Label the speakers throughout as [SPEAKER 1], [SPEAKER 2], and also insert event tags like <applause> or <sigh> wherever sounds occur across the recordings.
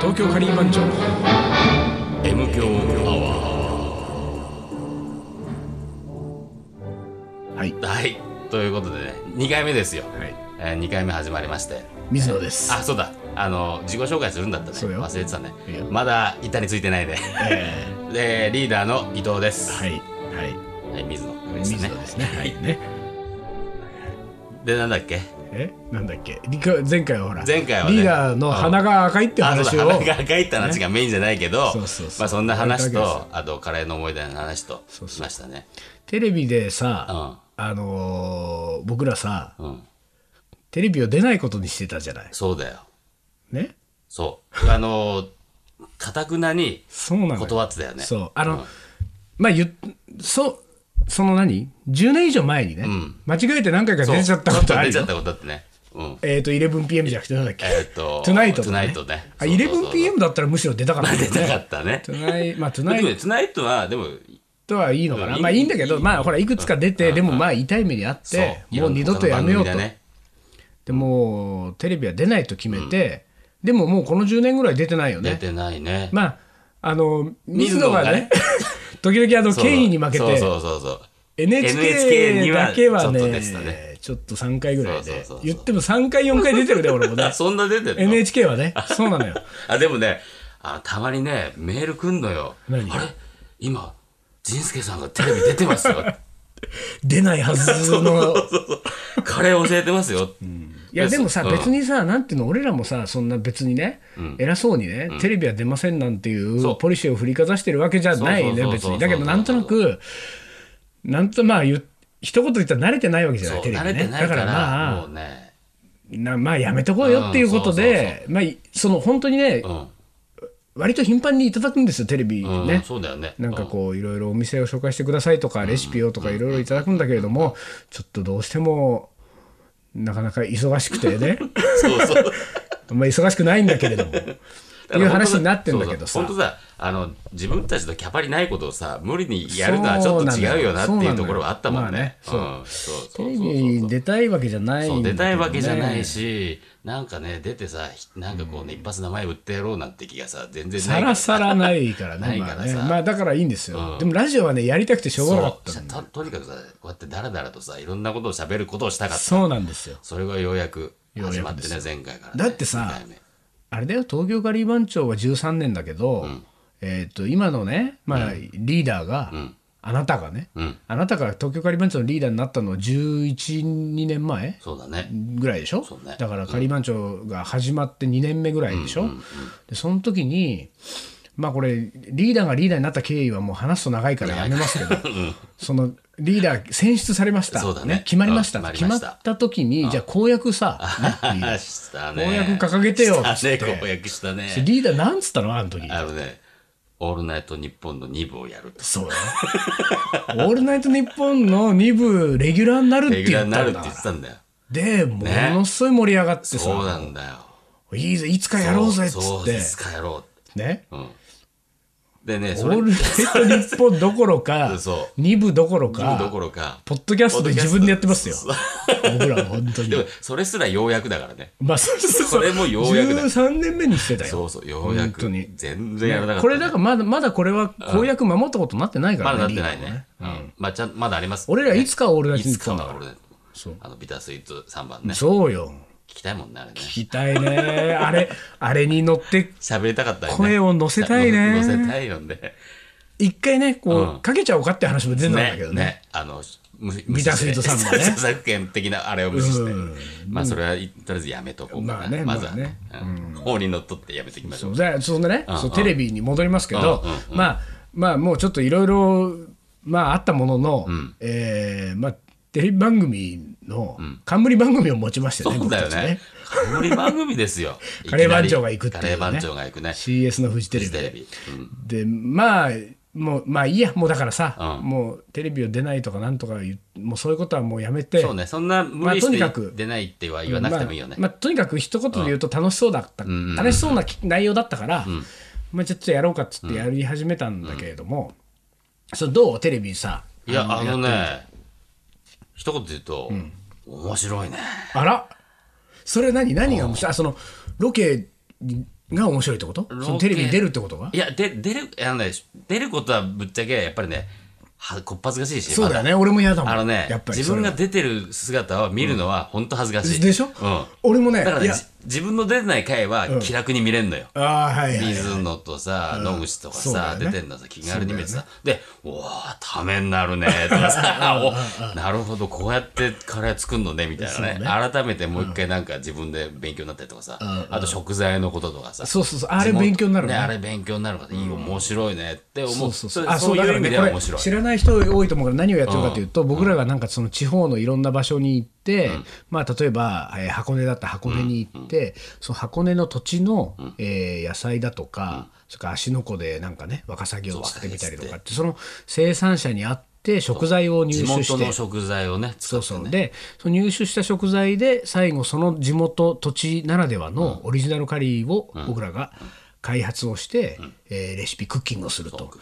[SPEAKER 1] 東京カリー番長
[SPEAKER 2] M 強アワ
[SPEAKER 3] はい、
[SPEAKER 2] ーはいということでね2回目ですよ、
[SPEAKER 3] はい、
[SPEAKER 2] えー、2回目始まりまして
[SPEAKER 3] 水野です。
[SPEAKER 2] あそうだあの自己紹介するんだったね
[SPEAKER 3] そうよ
[SPEAKER 2] 忘れてたね
[SPEAKER 3] いいよ
[SPEAKER 2] まだ板についてないね
[SPEAKER 3] え
[SPEAKER 2] でリーダーの伊藤で
[SPEAKER 3] ー
[SPEAKER 2] す
[SPEAKER 3] はい、はい、
[SPEAKER 2] い、はい、水野でし
[SPEAKER 3] 水
[SPEAKER 2] た
[SPEAKER 3] 野ですね。はい、ね、
[SPEAKER 2] でなんだっけ
[SPEAKER 3] え、なんだっけ、リカ前回はほら、
[SPEAKER 2] 前回はね
[SPEAKER 3] リーダーの鼻が赤いって
[SPEAKER 2] あ
[SPEAKER 3] 話
[SPEAKER 2] そう
[SPEAKER 3] を
[SPEAKER 2] だ、花が赤いって話がメインじゃないけど、
[SPEAKER 3] そうそうそう
[SPEAKER 2] まあ、そんな
[SPEAKER 3] そ
[SPEAKER 2] 話
[SPEAKER 3] ういう
[SPEAKER 2] とあとカレーの思い出の話と
[SPEAKER 3] そうそう
[SPEAKER 2] しましたね
[SPEAKER 3] テレビでさ、あのー僕らさ、
[SPEAKER 2] うん、うん、
[SPEAKER 3] テレビを出ないことにしてたじゃない。
[SPEAKER 2] そうだよ
[SPEAKER 3] ね、
[SPEAKER 2] そうあのかたくなに
[SPEAKER 3] そうなのよ。
[SPEAKER 2] 断ってたよね
[SPEAKER 3] そう、あの、まあ、ゆ、そう。その何 ?10 年以上前にね、
[SPEAKER 2] ん
[SPEAKER 3] 間違えて何回か
[SPEAKER 2] そう
[SPEAKER 3] 出ちゃったことある
[SPEAKER 2] 出ちゃ
[SPEAKER 3] よ
[SPEAKER 2] っ。たことあってねうん
[SPEAKER 3] えっ、ー、と、11pm じゃなくてなんだっけ、
[SPEAKER 2] えーっと
[SPEAKER 3] Tonight と
[SPEAKER 2] ト
[SPEAKER 3] か
[SPEAKER 2] ゥナ
[SPEAKER 3] ね
[SPEAKER 2] イトね
[SPEAKER 3] あ、
[SPEAKER 2] そうそうそう
[SPEAKER 3] 11pm だったらむしろ出たかったけ
[SPEAKER 2] 出
[SPEAKER 3] どね
[SPEAKER 2] たかったね
[SPEAKER 3] トゥナイまあトゥ
[SPEAKER 2] まあ
[SPEAKER 3] ナイ
[SPEAKER 2] でもねトゥナイトはでも
[SPEAKER 3] トはいいのかな、
[SPEAKER 2] うん
[SPEAKER 3] まあいいんだけ
[SPEAKER 2] い
[SPEAKER 3] ど、
[SPEAKER 2] い
[SPEAKER 3] まあほら、いくつか出て、でもまあ痛い目にあっ
[SPEAKER 2] そう
[SPEAKER 3] て、
[SPEAKER 2] い
[SPEAKER 3] も
[SPEAKER 2] ろ
[SPEAKER 3] うん
[SPEAKER 2] な
[SPEAKER 3] 二度とやめようと、
[SPEAKER 2] 他の番組だね
[SPEAKER 3] でもうテレビは出ないと決めて、でももうこの10年ぐらい出てないよ
[SPEAKER 2] 出
[SPEAKER 3] ね。
[SPEAKER 2] てないね
[SPEAKER 3] まあ、あの水
[SPEAKER 2] 水
[SPEAKER 3] 野
[SPEAKER 2] 野が
[SPEAKER 3] が
[SPEAKER 2] ね
[SPEAKER 3] ね、 <laughs> 時々あの
[SPEAKER 2] そう
[SPEAKER 3] 権威に負け
[SPEAKER 2] そう
[SPEAKER 3] て、
[SPEAKER 2] そうそうそう NHK に
[SPEAKER 3] NHK
[SPEAKER 2] は
[SPEAKER 3] だけは
[SPEAKER 2] ちょっと出てたね
[SPEAKER 3] ね、ちょっと3回ぐらい
[SPEAKER 2] そうそう
[SPEAKER 3] で
[SPEAKER 2] そうそう、
[SPEAKER 3] 言っても3回、4回出てるね、俺もね
[SPEAKER 2] あ、 <laughs> そんな出てるの
[SPEAKER 3] NHK はね、そうなのよ。
[SPEAKER 2] あでもねあたまにねメールくんのよあれ
[SPEAKER 3] 何
[SPEAKER 2] 今仁助さんがテレビ出
[SPEAKER 3] <laughs>
[SPEAKER 2] てますよ
[SPEAKER 3] 出ないは
[SPEAKER 2] <laughs>
[SPEAKER 3] ずの
[SPEAKER 2] カレー教えてますよ、
[SPEAKER 3] いやでもさ、
[SPEAKER 2] うん
[SPEAKER 3] 別にさ、なんていうの、俺らもさ、そんな別にね、偉そうにね、テレビは出ませんなんてい
[SPEAKER 2] そう
[SPEAKER 3] うポリシーを振りかざしてるわけじゃない
[SPEAKER 2] そうそうそう
[SPEAKER 3] ね、
[SPEAKER 2] そう
[SPEAKER 3] 別
[SPEAKER 2] そう
[SPEAKER 3] に。だけど、なんとなく、なんとまあ言う、一言言ったら慣れてないわけじゃ
[SPEAKER 2] そ
[SPEAKER 3] な
[SPEAKER 2] う
[SPEAKER 3] い、テレ
[SPEAKER 2] 慣れ
[SPEAKER 3] ビ
[SPEAKER 2] て
[SPEAKER 3] ね。
[SPEAKER 2] ない
[SPEAKER 3] だ
[SPEAKER 2] か
[SPEAKER 3] からら
[SPEAKER 2] も
[SPEAKER 3] まあ
[SPEAKER 2] う、ね
[SPEAKER 3] なまあやめとこうよっていうことで、まあ、いその本当にね
[SPEAKER 2] う、ん、
[SPEAKER 3] 割と頻繁にいただくんですよ、テレビ
[SPEAKER 2] うん
[SPEAKER 3] ね。
[SPEAKER 2] そうだよね
[SPEAKER 3] なんかこういろいろお店を紹介してくださいとかレシピをとかいろいろいただくんだけれどもちょっとどうしてもなかなか忙しくてね
[SPEAKER 2] <laughs> そうそう
[SPEAKER 3] <laughs> あんま忙しくないんだけれ
[SPEAKER 2] <laughs>
[SPEAKER 3] どもいう話になってんだけどさ
[SPEAKER 2] そうそう本当さあの自分たちのキャパにないことをさ無理にやるのはちょっと違うよなって
[SPEAKER 3] そうなんだ
[SPEAKER 2] い
[SPEAKER 3] よ
[SPEAKER 2] うところはあったもんね。
[SPEAKER 3] そうな
[SPEAKER 2] うんそうそう
[SPEAKER 3] テ
[SPEAKER 2] そう
[SPEAKER 3] レビ
[SPEAKER 2] そう
[SPEAKER 3] に出たいわけじゃないん
[SPEAKER 2] そう
[SPEAKER 3] だけどね
[SPEAKER 2] 出たいわけじゃないし、なんかね出てさひなんかこうね、一発名前売ってやろうなんて気がさ全然ない
[SPEAKER 3] さらさらないからね
[SPEAKER 2] ない
[SPEAKER 3] ま
[SPEAKER 2] か
[SPEAKER 3] あ
[SPEAKER 2] ら
[SPEAKER 3] ね
[SPEAKER 2] さ
[SPEAKER 3] まあだからいいんですよ、
[SPEAKER 2] うん
[SPEAKER 3] でもラジオはねやりたくてしょうがなか
[SPEAKER 2] そ
[SPEAKER 3] ったの
[SPEAKER 2] うととにかくさこうやってダラダラとさいろんなことをしゃべることをしたかったそ
[SPEAKER 3] そうなんですよ
[SPEAKER 2] れがようやく
[SPEAKER 3] よう
[SPEAKER 2] 始
[SPEAKER 3] やく
[SPEAKER 2] まっ
[SPEAKER 3] で
[SPEAKER 2] て
[SPEAKER 3] す
[SPEAKER 2] ね前回からね、
[SPEAKER 3] だってさ
[SPEAKER 2] 二回目
[SPEAKER 3] あれだよ東京ガリ番長は13年だけど、えっ、と今のね、まあ、リーダーが、あなたがね、
[SPEAKER 2] うん
[SPEAKER 3] あなたが東京ガリ番長のリーダーになったのは1112年前
[SPEAKER 2] そうだね
[SPEAKER 3] ぐらいでしょ、
[SPEAKER 2] そうね
[SPEAKER 3] だから仮番長が始まって2年目ぐらいでしょ、でその時にまあこれリーダーがリーダーになった経緯はもう話すと長いからやめますけ
[SPEAKER 2] <laughs>
[SPEAKER 3] ど、そのリーダー選出されました
[SPEAKER 2] そうだね
[SPEAKER 3] 決まりました、
[SPEAKER 2] うん決
[SPEAKER 3] 決
[SPEAKER 2] まり
[SPEAKER 3] ま
[SPEAKER 2] ま
[SPEAKER 3] っ
[SPEAKER 2] した
[SPEAKER 3] た時にじゃあ公約さ、ねリーダー
[SPEAKER 2] <laughs> したね
[SPEAKER 3] 公約掲げてよっつっ
[SPEAKER 2] してたね公約したね
[SPEAKER 3] リーダーなんつったのあの時
[SPEAKER 2] あのね「オールナイトニッポン」の2部をやると
[SPEAKER 3] そうねオールナイトニッポンの2部レギュラーになるっ
[SPEAKER 2] レ
[SPEAKER 3] て
[SPEAKER 2] ギュラ
[SPEAKER 3] 言
[SPEAKER 2] ー
[SPEAKER 3] っ
[SPEAKER 2] にな
[SPEAKER 3] た
[SPEAKER 2] るっ
[SPEAKER 3] ん
[SPEAKER 2] て
[SPEAKER 3] だ
[SPEAKER 2] 言っ
[SPEAKER 3] か
[SPEAKER 2] てたんだよ
[SPEAKER 3] らでものすごい盛り上がって
[SPEAKER 2] そうな
[SPEAKER 3] さ、
[SPEAKER 2] んだよ
[SPEAKER 3] いいぜいつかやろうぜっつ
[SPEAKER 2] そうそ
[SPEAKER 3] っ
[SPEAKER 2] う
[SPEAKER 3] て
[SPEAKER 2] ですかやろ
[SPEAKER 3] ね
[SPEAKER 2] う、うん、でね
[SPEAKER 3] オ
[SPEAKER 2] それ
[SPEAKER 3] ールナイトニッポンどころか
[SPEAKER 2] そ
[SPEAKER 3] 2部どころ
[SPEAKER 2] 2
[SPEAKER 3] か
[SPEAKER 2] 部どころか
[SPEAKER 3] ポッドキャストで自分でやってますよ
[SPEAKER 2] そう
[SPEAKER 3] 僕らは本当
[SPEAKER 2] <laughs> でも
[SPEAKER 3] に
[SPEAKER 2] それすらようやくだからね
[SPEAKER 3] まあそうそう
[SPEAKER 2] それもようやくだ
[SPEAKER 3] 13年目にしてた
[SPEAKER 2] そ
[SPEAKER 3] よ
[SPEAKER 2] うそうようや
[SPEAKER 3] 本当
[SPEAKER 2] く
[SPEAKER 3] に
[SPEAKER 2] 全然やらなかった、
[SPEAKER 3] これだからまだまだこれは公約守ったことになってないか
[SPEAKER 2] まだ
[SPEAKER 3] ら
[SPEAKER 2] なってない
[SPEAKER 3] リーダーも
[SPEAKER 2] ね。うん。まあ、ちゃん、まだあります。
[SPEAKER 3] 俺らいつかオールナイトニ
[SPEAKER 2] い
[SPEAKER 3] ッ
[SPEAKER 2] つ
[SPEAKER 3] ポ
[SPEAKER 2] か
[SPEAKER 3] ンだか
[SPEAKER 2] は
[SPEAKER 3] ら
[SPEAKER 2] 俺ら
[SPEAKER 3] そう
[SPEAKER 2] あの、ビタースイーツ3番ね。聞
[SPEAKER 3] そうよ
[SPEAKER 2] きたいもんね、あれね。
[SPEAKER 3] 聞きたいねあれあれに乗って
[SPEAKER 2] 喋りたかったよね。
[SPEAKER 3] 声を乗せたいね
[SPEAKER 2] <laughs> 乗せたいよね。
[SPEAKER 3] 一回ねこう、
[SPEAKER 2] うん
[SPEAKER 3] かけちゃおうかって話も出たんだ
[SPEAKER 2] ね
[SPEAKER 3] けどね
[SPEAKER 2] ね。あの、む無
[SPEAKER 3] ビタースイート3番
[SPEAKER 2] <laughs>
[SPEAKER 3] ね
[SPEAKER 2] 著作権的なあれを無視して
[SPEAKER 3] うん。
[SPEAKER 2] まあ、それは、とりあえずやめとこうか
[SPEAKER 3] ま
[SPEAKER 2] な。
[SPEAKER 3] あね
[SPEAKER 2] まずは
[SPEAKER 3] まあね
[SPEAKER 2] ね。うん法にのっとってやめていきまし
[SPEAKER 3] そ
[SPEAKER 2] ょう
[SPEAKER 3] う。だそんでね、
[SPEAKER 2] ん
[SPEAKER 3] そうテレビに戻りますけど、
[SPEAKER 2] うんうん
[SPEAKER 3] まあまあもうちょっといろいろまああったものの、えーまあテレビ番組の冠番組を持ちましてね、
[SPEAKER 2] そう
[SPEAKER 3] 僕
[SPEAKER 2] だ
[SPEAKER 3] た
[SPEAKER 2] よ
[SPEAKER 3] ち
[SPEAKER 2] ね
[SPEAKER 3] ね。
[SPEAKER 2] 冠番組ですよ。
[SPEAKER 3] <laughs> カレー番
[SPEAKER 2] いきなり
[SPEAKER 3] 長が行くっていうね
[SPEAKER 2] カレー番長が行くね。
[SPEAKER 3] CS のフジテレビ
[SPEAKER 2] テレ
[SPEAKER 3] で
[SPEAKER 2] ビ。うん
[SPEAKER 3] でまあもうまあいいやもうだからさ、
[SPEAKER 2] うん
[SPEAKER 3] もうテレビを出ないとかなんとか言うもうそういうことはもうやめて
[SPEAKER 2] そうね、そんな無理
[SPEAKER 3] まあとに
[SPEAKER 2] し
[SPEAKER 3] か
[SPEAKER 2] て
[SPEAKER 3] く
[SPEAKER 2] 出ないっては言わなくてもいいよね。
[SPEAKER 3] まあまあとにかく一言で言うと楽しそうだった、
[SPEAKER 2] ん
[SPEAKER 3] 楽しそうな内容だったから、まあ、ちょっとやろうかっつってやり始めたんだけれども、それどうテレビさ
[SPEAKER 2] いや、あの
[SPEAKER 3] や
[SPEAKER 2] ね、一言で言うと、面白いね。
[SPEAKER 3] あらそれ何何が面白いあそのロケにが面白いってこと
[SPEAKER 2] ロケ
[SPEAKER 3] そのテレビに出るってことが
[SPEAKER 2] いや、で、出る、あのね、出ることはぶっちゃけ、やっぱりね、はこっぱずかしいし、
[SPEAKER 3] そうだよね俺も嫌だも
[SPEAKER 2] ま
[SPEAKER 3] ん
[SPEAKER 2] だあのね
[SPEAKER 3] やっぱ、り
[SPEAKER 2] 自
[SPEAKER 3] それ
[SPEAKER 2] 分
[SPEAKER 3] は
[SPEAKER 2] が出てる姿を見るのは、本当恥ずかしい。
[SPEAKER 3] でしょ、
[SPEAKER 2] うん。
[SPEAKER 3] 俺もね
[SPEAKER 2] だから
[SPEAKER 3] い
[SPEAKER 2] ね
[SPEAKER 3] や、
[SPEAKER 2] じ自分の出てない回は気楽に見れんのよ。
[SPEAKER 3] ああはいはい
[SPEAKER 2] 水野とさ、野口とか
[SPEAKER 3] そうだ
[SPEAKER 2] さ、
[SPEAKER 3] よね
[SPEAKER 2] 出てんのさ、気軽に見てさ、で、おー、ためになるね、とか
[SPEAKER 3] <laughs>
[SPEAKER 2] さ、おなるほど、こうやってカレー作るのね、みたいなね。改めてもう一回なんか自分で勉強になったりとかさ、あと食材のこととかさ。
[SPEAKER 3] そうそうそうあれ勉強になるね
[SPEAKER 2] ね。あれ勉強になるから、いい、面白いねって思う。
[SPEAKER 3] そう
[SPEAKER 2] そ
[SPEAKER 3] そう
[SPEAKER 2] れ
[SPEAKER 3] あ
[SPEAKER 2] そう
[SPEAKER 3] だか
[SPEAKER 2] いう
[SPEAKER 3] ら
[SPEAKER 2] 意味
[SPEAKER 3] ね
[SPEAKER 2] で
[SPEAKER 3] こ
[SPEAKER 2] は
[SPEAKER 3] れ
[SPEAKER 2] 面白い。
[SPEAKER 3] 知らない人多いと思うから何をやってるかというと、僕らがなんかその地方のいろんな場所に行って、まあ、例えば、えー箱根だったら箱根に行って、その箱根の土地の、えー野菜だとか、それから芦ノ湖でなんかねワカサギを釣ってみたりとかってその生産者に会って食材を入
[SPEAKER 2] 地
[SPEAKER 3] 手し
[SPEAKER 2] 元
[SPEAKER 3] て
[SPEAKER 2] の食材をね、使
[SPEAKER 3] そう
[SPEAKER 2] って
[SPEAKER 3] そうでその入手した食材で最後その地元土地ならではのオリジナルカリーを僕らが開発をして、えーレシピクッキングをすると。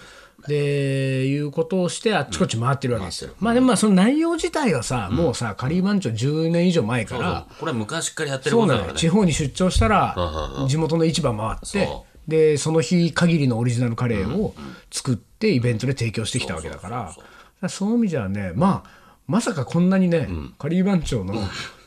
[SPEAKER 3] でいうことをしてあっちこっち回ってるわけですよ。まあでもまあその内容自体はさ、もうさカリー番長10年以上前か
[SPEAKER 2] そう
[SPEAKER 3] ら
[SPEAKER 2] これは昔からやってる
[SPEAKER 3] そ
[SPEAKER 2] こ
[SPEAKER 3] う
[SPEAKER 2] と
[SPEAKER 3] なの
[SPEAKER 2] だか
[SPEAKER 3] よ
[SPEAKER 2] らね。
[SPEAKER 3] 地方に出張したら
[SPEAKER 2] うん
[SPEAKER 3] 地元の市場回って
[SPEAKER 2] そ
[SPEAKER 3] でその日限りのオリジナルカレーを作ってイベントで提供してきたわけだからだからそういう意味じゃねまあまさかこんなにねカリー番長の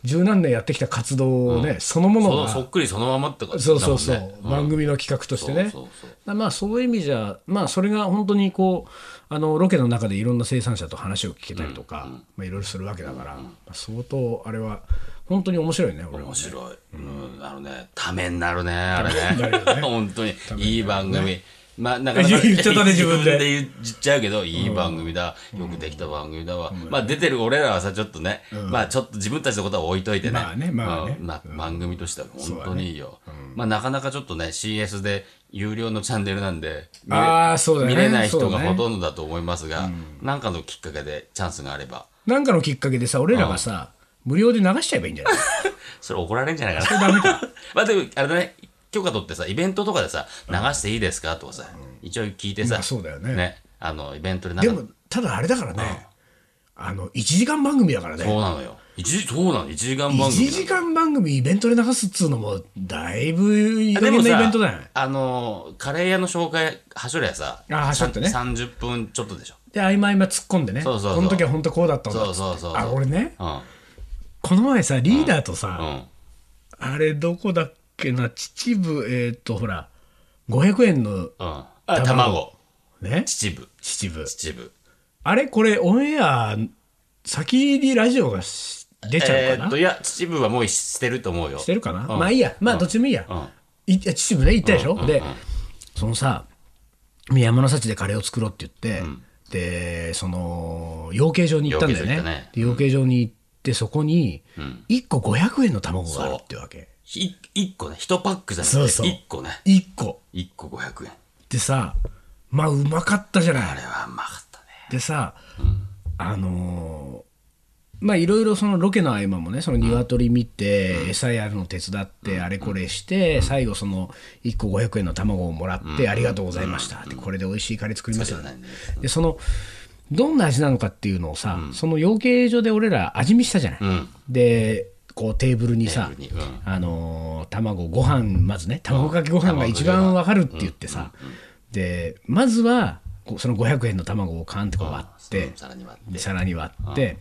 [SPEAKER 3] 十何年やってきた活動をねそのも
[SPEAKER 2] そ
[SPEAKER 3] の
[SPEAKER 2] のそ
[SPEAKER 3] が
[SPEAKER 2] っくりそのままってことだ
[SPEAKER 3] そ
[SPEAKER 2] もん
[SPEAKER 3] う
[SPEAKER 2] ね
[SPEAKER 3] そうそう番組の企画としてね
[SPEAKER 2] そうそうそ
[SPEAKER 3] だ
[SPEAKER 2] う
[SPEAKER 3] からまあそういう意味じゃまあそれが本当にこうあのロケの中でいろんな生産者と話を聞けたりとかまあいろいろするわけだからまあ相当あれは本当に面白いね俺は
[SPEAKER 2] 面白い、うんあのねためになるねあれね <laughs> 本当にいい番組、まあ、
[SPEAKER 3] <laughs>
[SPEAKER 2] なかなか
[SPEAKER 3] 言っちゃったね自分で
[SPEAKER 2] 言っちゃうけどいい番組だ、よくできた番組だわ、まあ出てる俺らはさちょっとね、まあちょっと自分たちのことは置いといてね,、
[SPEAKER 3] まあねまあね
[SPEAKER 2] うんまあ番組としては本当にいいよ、まあなかなかちょっとね CS で有料のチャンネルなんで見れ
[SPEAKER 3] あーそうだね
[SPEAKER 2] 見れない人
[SPEAKER 3] そう
[SPEAKER 2] が
[SPEAKER 3] だね
[SPEAKER 2] ほとんどだと思いますが、なんかのきっかけでチャンスがあれば
[SPEAKER 3] なんかのきっかけでさ、俺らがさ、無料で流しちゃえばいいんじゃない
[SPEAKER 2] それ怒られんじゃないかな。 <laughs> まあでも、あれだね、許可取ってさ、イベントとかでさ、流していいですかとかさ、一応聞いて
[SPEAKER 3] ま
[SPEAKER 2] さ、
[SPEAKER 3] あそうだよね
[SPEAKER 2] あの、イベントでな
[SPEAKER 3] <laughs>
[SPEAKER 2] ん
[SPEAKER 3] で
[SPEAKER 2] か、
[SPEAKER 3] も、ただあれだからね、あの、1時間番組だから
[SPEAKER 2] そ
[SPEAKER 3] ね。
[SPEAKER 2] うなのよ。一時、そうなの、一時間
[SPEAKER 3] 1
[SPEAKER 2] 番組なの。
[SPEAKER 3] 時間番組イベントで流すっつうのも、だいぶいい
[SPEAKER 2] あ
[SPEAKER 3] 加
[SPEAKER 2] で
[SPEAKER 3] 減
[SPEAKER 2] も
[SPEAKER 3] なイ
[SPEAKER 2] さ
[SPEAKER 3] ベントだよね。
[SPEAKER 2] あのカレー屋の紹介はしょりゃさ
[SPEAKER 3] あはしょってね
[SPEAKER 2] さん30分ちょっとでしょ
[SPEAKER 3] で、合間合間突っ込んでね、
[SPEAKER 2] そうそうそう
[SPEAKER 3] この時は本当こうだったんだっつ
[SPEAKER 2] そ
[SPEAKER 3] っ
[SPEAKER 2] う
[SPEAKER 3] て
[SPEAKER 2] そうそう
[SPEAKER 3] あ、俺ね、
[SPEAKER 2] うん
[SPEAKER 3] この前さ、リーダーとさ、
[SPEAKER 2] うん
[SPEAKER 3] あれどこだっけな、秩父、えーっと、ほら、500円の、
[SPEAKER 2] うんあ卵
[SPEAKER 3] ね、
[SPEAKER 2] 秩父
[SPEAKER 3] 秩父。
[SPEAKER 2] 秩父
[SPEAKER 3] あれ、これ、オンエア、先にラジオがし出ちゃうかな、
[SPEAKER 2] えーっといや秩父はもうしてると思うよ
[SPEAKER 3] してるかな、
[SPEAKER 2] うん
[SPEAKER 3] まあいいやまあどっちでもいいや,、いいや秩父ね行ったでしょ、でそのさ山の幸でカレーを作ろうって言って、でその養鶏場に行ったんだよね
[SPEAKER 2] 養
[SPEAKER 3] 養
[SPEAKER 2] 鶏場行
[SPEAKER 3] 鶏
[SPEAKER 2] ったね
[SPEAKER 3] 養鶏場に行ってそこに1個500円の卵があるってわけ
[SPEAKER 2] ひ一個ね一パックじゃなくて
[SPEAKER 3] そうそう
[SPEAKER 2] 一個ね
[SPEAKER 3] 1個
[SPEAKER 2] 一個500円
[SPEAKER 3] でさまあうまかったじゃない
[SPEAKER 2] あれはうまかったね
[SPEAKER 3] でさ、あのーまあいろいろそのロケの合間もねその鶏見て、餌やるの手伝って、あれこれして、最後その1個500円の卵をもらって、ありがとうございました、でこれで美味しいカレー作りました、ねでそのどんな味なのかっていうのをさ、その養鶏場で俺ら味見したじゃない、でこうテーブルにさ
[SPEAKER 2] テーブルにうん
[SPEAKER 3] あのー卵ご飯まずね卵かけご飯が一番わかるって言ってさ、でまずはこうその500円の卵をカンってこう割って
[SPEAKER 2] さらに割って
[SPEAKER 3] 皿に割って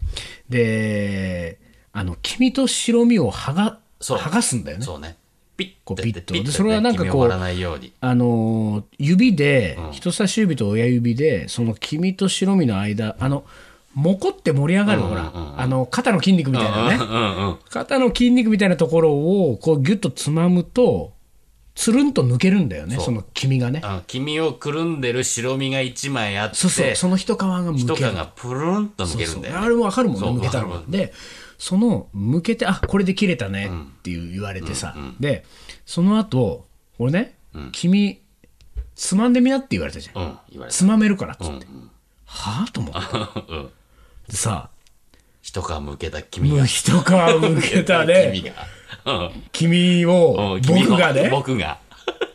[SPEAKER 3] であの黄身と白身を剥が
[SPEAKER 2] そう
[SPEAKER 3] 剥がすんだよね
[SPEAKER 2] そうねピッ
[SPEAKER 3] こう
[SPEAKER 2] て
[SPEAKER 3] ピ
[SPEAKER 2] や
[SPEAKER 3] ッ
[SPEAKER 2] っ
[SPEAKER 3] と
[SPEAKER 2] て
[SPEAKER 3] でそれはなんかこう
[SPEAKER 2] 決め終わらないように
[SPEAKER 3] あのー指で、人差し指と親指でその黄身と白身の間あのもこって盛り上がるほら、あの肩の筋肉みたいなね、
[SPEAKER 2] うんうん
[SPEAKER 3] 肩の筋肉みたいなところをこうギュッとつまむとつるんと抜けるんだよねその黄身がね
[SPEAKER 2] あの黄身をくるんでる白身が一枚あって
[SPEAKER 3] そうそうその一皮が
[SPEAKER 2] 一
[SPEAKER 3] む
[SPEAKER 2] 皮
[SPEAKER 3] ける
[SPEAKER 2] がプルンと抜けるんだよ
[SPEAKER 3] あれもわかるもんね
[SPEAKER 2] そう
[SPEAKER 3] 向けたの
[SPEAKER 2] わ
[SPEAKER 3] が
[SPEAKER 2] か
[SPEAKER 3] でその向けてあこれで切れたねっていう言われてさ、でその後俺ね、君つまんでみなって言われたじゃん、
[SPEAKER 2] うん言われ
[SPEAKER 3] つまめるからっつって、
[SPEAKER 2] う
[SPEAKER 3] はあと思って
[SPEAKER 2] たうん
[SPEAKER 3] でさ
[SPEAKER 2] 一皮むけた黄身
[SPEAKER 3] も
[SPEAKER 2] が
[SPEAKER 3] う一皮向けた
[SPEAKER 2] <laughs> 黄
[SPEAKER 3] ね
[SPEAKER 2] 身が
[SPEAKER 3] 君
[SPEAKER 2] うんう
[SPEAKER 3] を
[SPEAKER 2] ん黄身
[SPEAKER 3] 僕がね
[SPEAKER 2] 僕が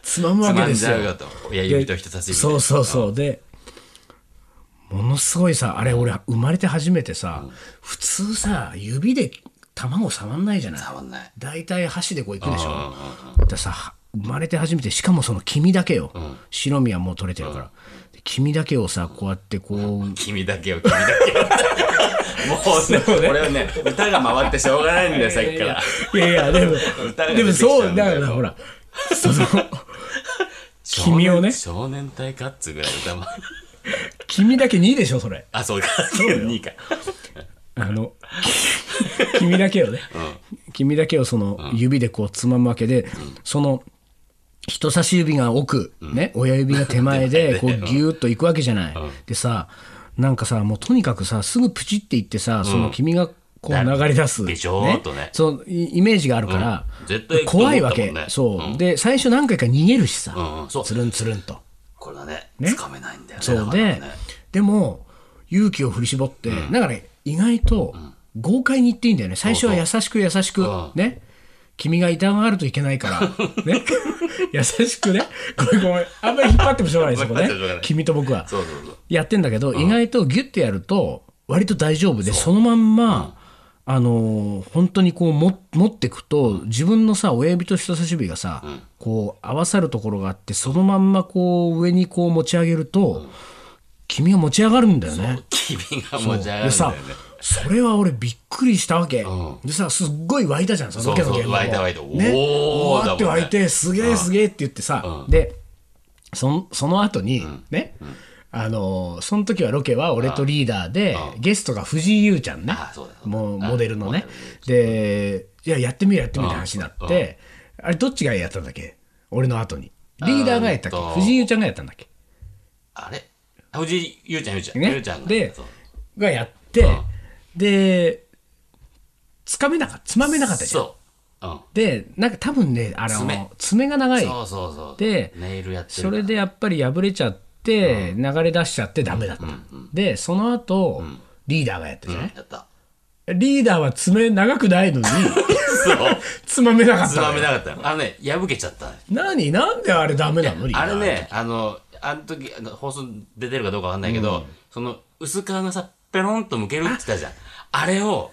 [SPEAKER 3] つまむ
[SPEAKER 2] つ
[SPEAKER 3] わけ
[SPEAKER 2] まん
[SPEAKER 3] です
[SPEAKER 2] じゃ
[SPEAKER 3] よ
[SPEAKER 2] うよと親指と人差し指で
[SPEAKER 3] そうそうそうでものすごいさあれ俺生まれて初めてさ、普通さ指で卵触んないじゃない
[SPEAKER 2] 触んない
[SPEAKER 3] 大体箸でこういくでし
[SPEAKER 2] うんう
[SPEAKER 3] ょ
[SPEAKER 2] んうん
[SPEAKER 3] でさ生まれて初めてしかもその黄身だけよ、白身はもう取れてるから、で黄身だけをさこうやってこう
[SPEAKER 2] 君だけを君だけを
[SPEAKER 3] <laughs>
[SPEAKER 2] もうね俺はね歌が回ってしょうがないんだよさっきから
[SPEAKER 3] いやいやでも
[SPEAKER 2] 歌が
[SPEAKER 3] で
[SPEAKER 2] 出て
[SPEAKER 3] も
[SPEAKER 2] きちゃ
[SPEAKER 3] そううん
[SPEAKER 2] だ
[SPEAKER 3] だ
[SPEAKER 2] よ
[SPEAKER 3] からほらその君をね
[SPEAKER 2] 少年少年隊かっつうぐらい歌も
[SPEAKER 3] 君だけ2でしょそれ
[SPEAKER 2] <laughs> あそうか2位か
[SPEAKER 3] あの君だけをね、君だけをその指でこうつまむわけで、その人差し指が奥、ね、親指が手前で
[SPEAKER 2] <laughs>
[SPEAKER 3] こうギューッといくわけじゃない。でさなんかさもうとにかくさすぐプチっていってさその君がこう
[SPEAKER 2] なる
[SPEAKER 3] 流れ出す、
[SPEAKER 2] でしょーっとね
[SPEAKER 3] そういイメージがあるから、
[SPEAKER 2] うん絶対行くと思っ
[SPEAKER 3] 怖
[SPEAKER 2] たもんね
[SPEAKER 3] いわけ、そう、で最初何回か逃げるしさ、
[SPEAKER 2] うんうんそう
[SPEAKER 3] つるんつるんと。
[SPEAKER 2] これはね
[SPEAKER 3] ね
[SPEAKER 2] つかめないんだよね
[SPEAKER 3] そうで、
[SPEAKER 2] なかなかね
[SPEAKER 3] でも勇気を振り絞って、だからね意外と豪快に言っていいんだよね最初は優しく優しく
[SPEAKER 2] ん
[SPEAKER 3] ね君が痛がるといけない
[SPEAKER 2] <laughs>
[SPEAKER 3] から、ね、優しくねごめんごめんあんまり引っ張ってもしょうがないです
[SPEAKER 2] ご
[SPEAKER 3] こ
[SPEAKER 2] めん
[SPEAKER 3] ね
[SPEAKER 2] <laughs> 引っ張ってもしょうがない
[SPEAKER 3] 君と僕は
[SPEAKER 2] そうそうそう
[SPEAKER 3] やってんだけど、意外とギュッてやると割と大丈夫でそのまんま、あのー本当にこうも持ってくと自分のさ親指と人差し指がさ、こう合わさるところがあってそのまんまこう上にこう持ち上げると、君が持ち上がるんだよね。
[SPEAKER 2] 君が持ち上が
[SPEAKER 3] で
[SPEAKER 2] るんだよ
[SPEAKER 3] さ
[SPEAKER 2] ね
[SPEAKER 3] それは俺びっくりしたわけ、
[SPEAKER 2] ん
[SPEAKER 3] でさすっごい湧いたじゃんそのロケの現場も
[SPEAKER 2] そうそう湧いた湧いたおー
[SPEAKER 3] ね
[SPEAKER 2] だもんね
[SPEAKER 3] おわーって湧いてすげえすげえって言ってさ、でそんその後にね、あのーその時はロケは俺とリーダーで、ゲストが藤井優ちゃんね
[SPEAKER 2] あそうだそうだ
[SPEAKER 3] もうモデルのねでいややってみるやってみるって話になって、あれどっちがやったんだっけ俺の後にリーダーがやったっ
[SPEAKER 2] うんと
[SPEAKER 3] け藤井優ちゃんがやったんだっけ
[SPEAKER 2] あれ藤井ゆうちゃんゆうちゃんゆ
[SPEAKER 3] ね
[SPEAKER 2] うちゃん、が
[SPEAKER 3] で
[SPEAKER 2] そう
[SPEAKER 3] がやって、でつかめなかったつまめなかったじゃん
[SPEAKER 2] そううん
[SPEAKER 3] でなんか多分ねあの
[SPEAKER 2] 爪
[SPEAKER 3] 爪が長い
[SPEAKER 2] そうそうそう
[SPEAKER 3] で
[SPEAKER 2] ネイルやってる
[SPEAKER 3] それでやっぱり破れちゃって、流れ出しちゃってダメだった、でその後、リーダーがやったじゃない、
[SPEAKER 2] やった
[SPEAKER 3] リーダーは爪長くないのに
[SPEAKER 2] <laughs> そう
[SPEAKER 3] つまめなかっ
[SPEAKER 2] つ
[SPEAKER 3] た
[SPEAKER 2] ま
[SPEAKER 3] の
[SPEAKER 2] め
[SPEAKER 3] よ
[SPEAKER 2] なかったのあのね破けちゃったの
[SPEAKER 3] 何なんであれダメなのリーダ
[SPEAKER 2] あ
[SPEAKER 3] ー
[SPEAKER 2] れね、あの、あの時、あの放送出てるかどうかわかんないけど、その、薄皮がさ、ペロンと剥けるって言ったじゃん。あれを、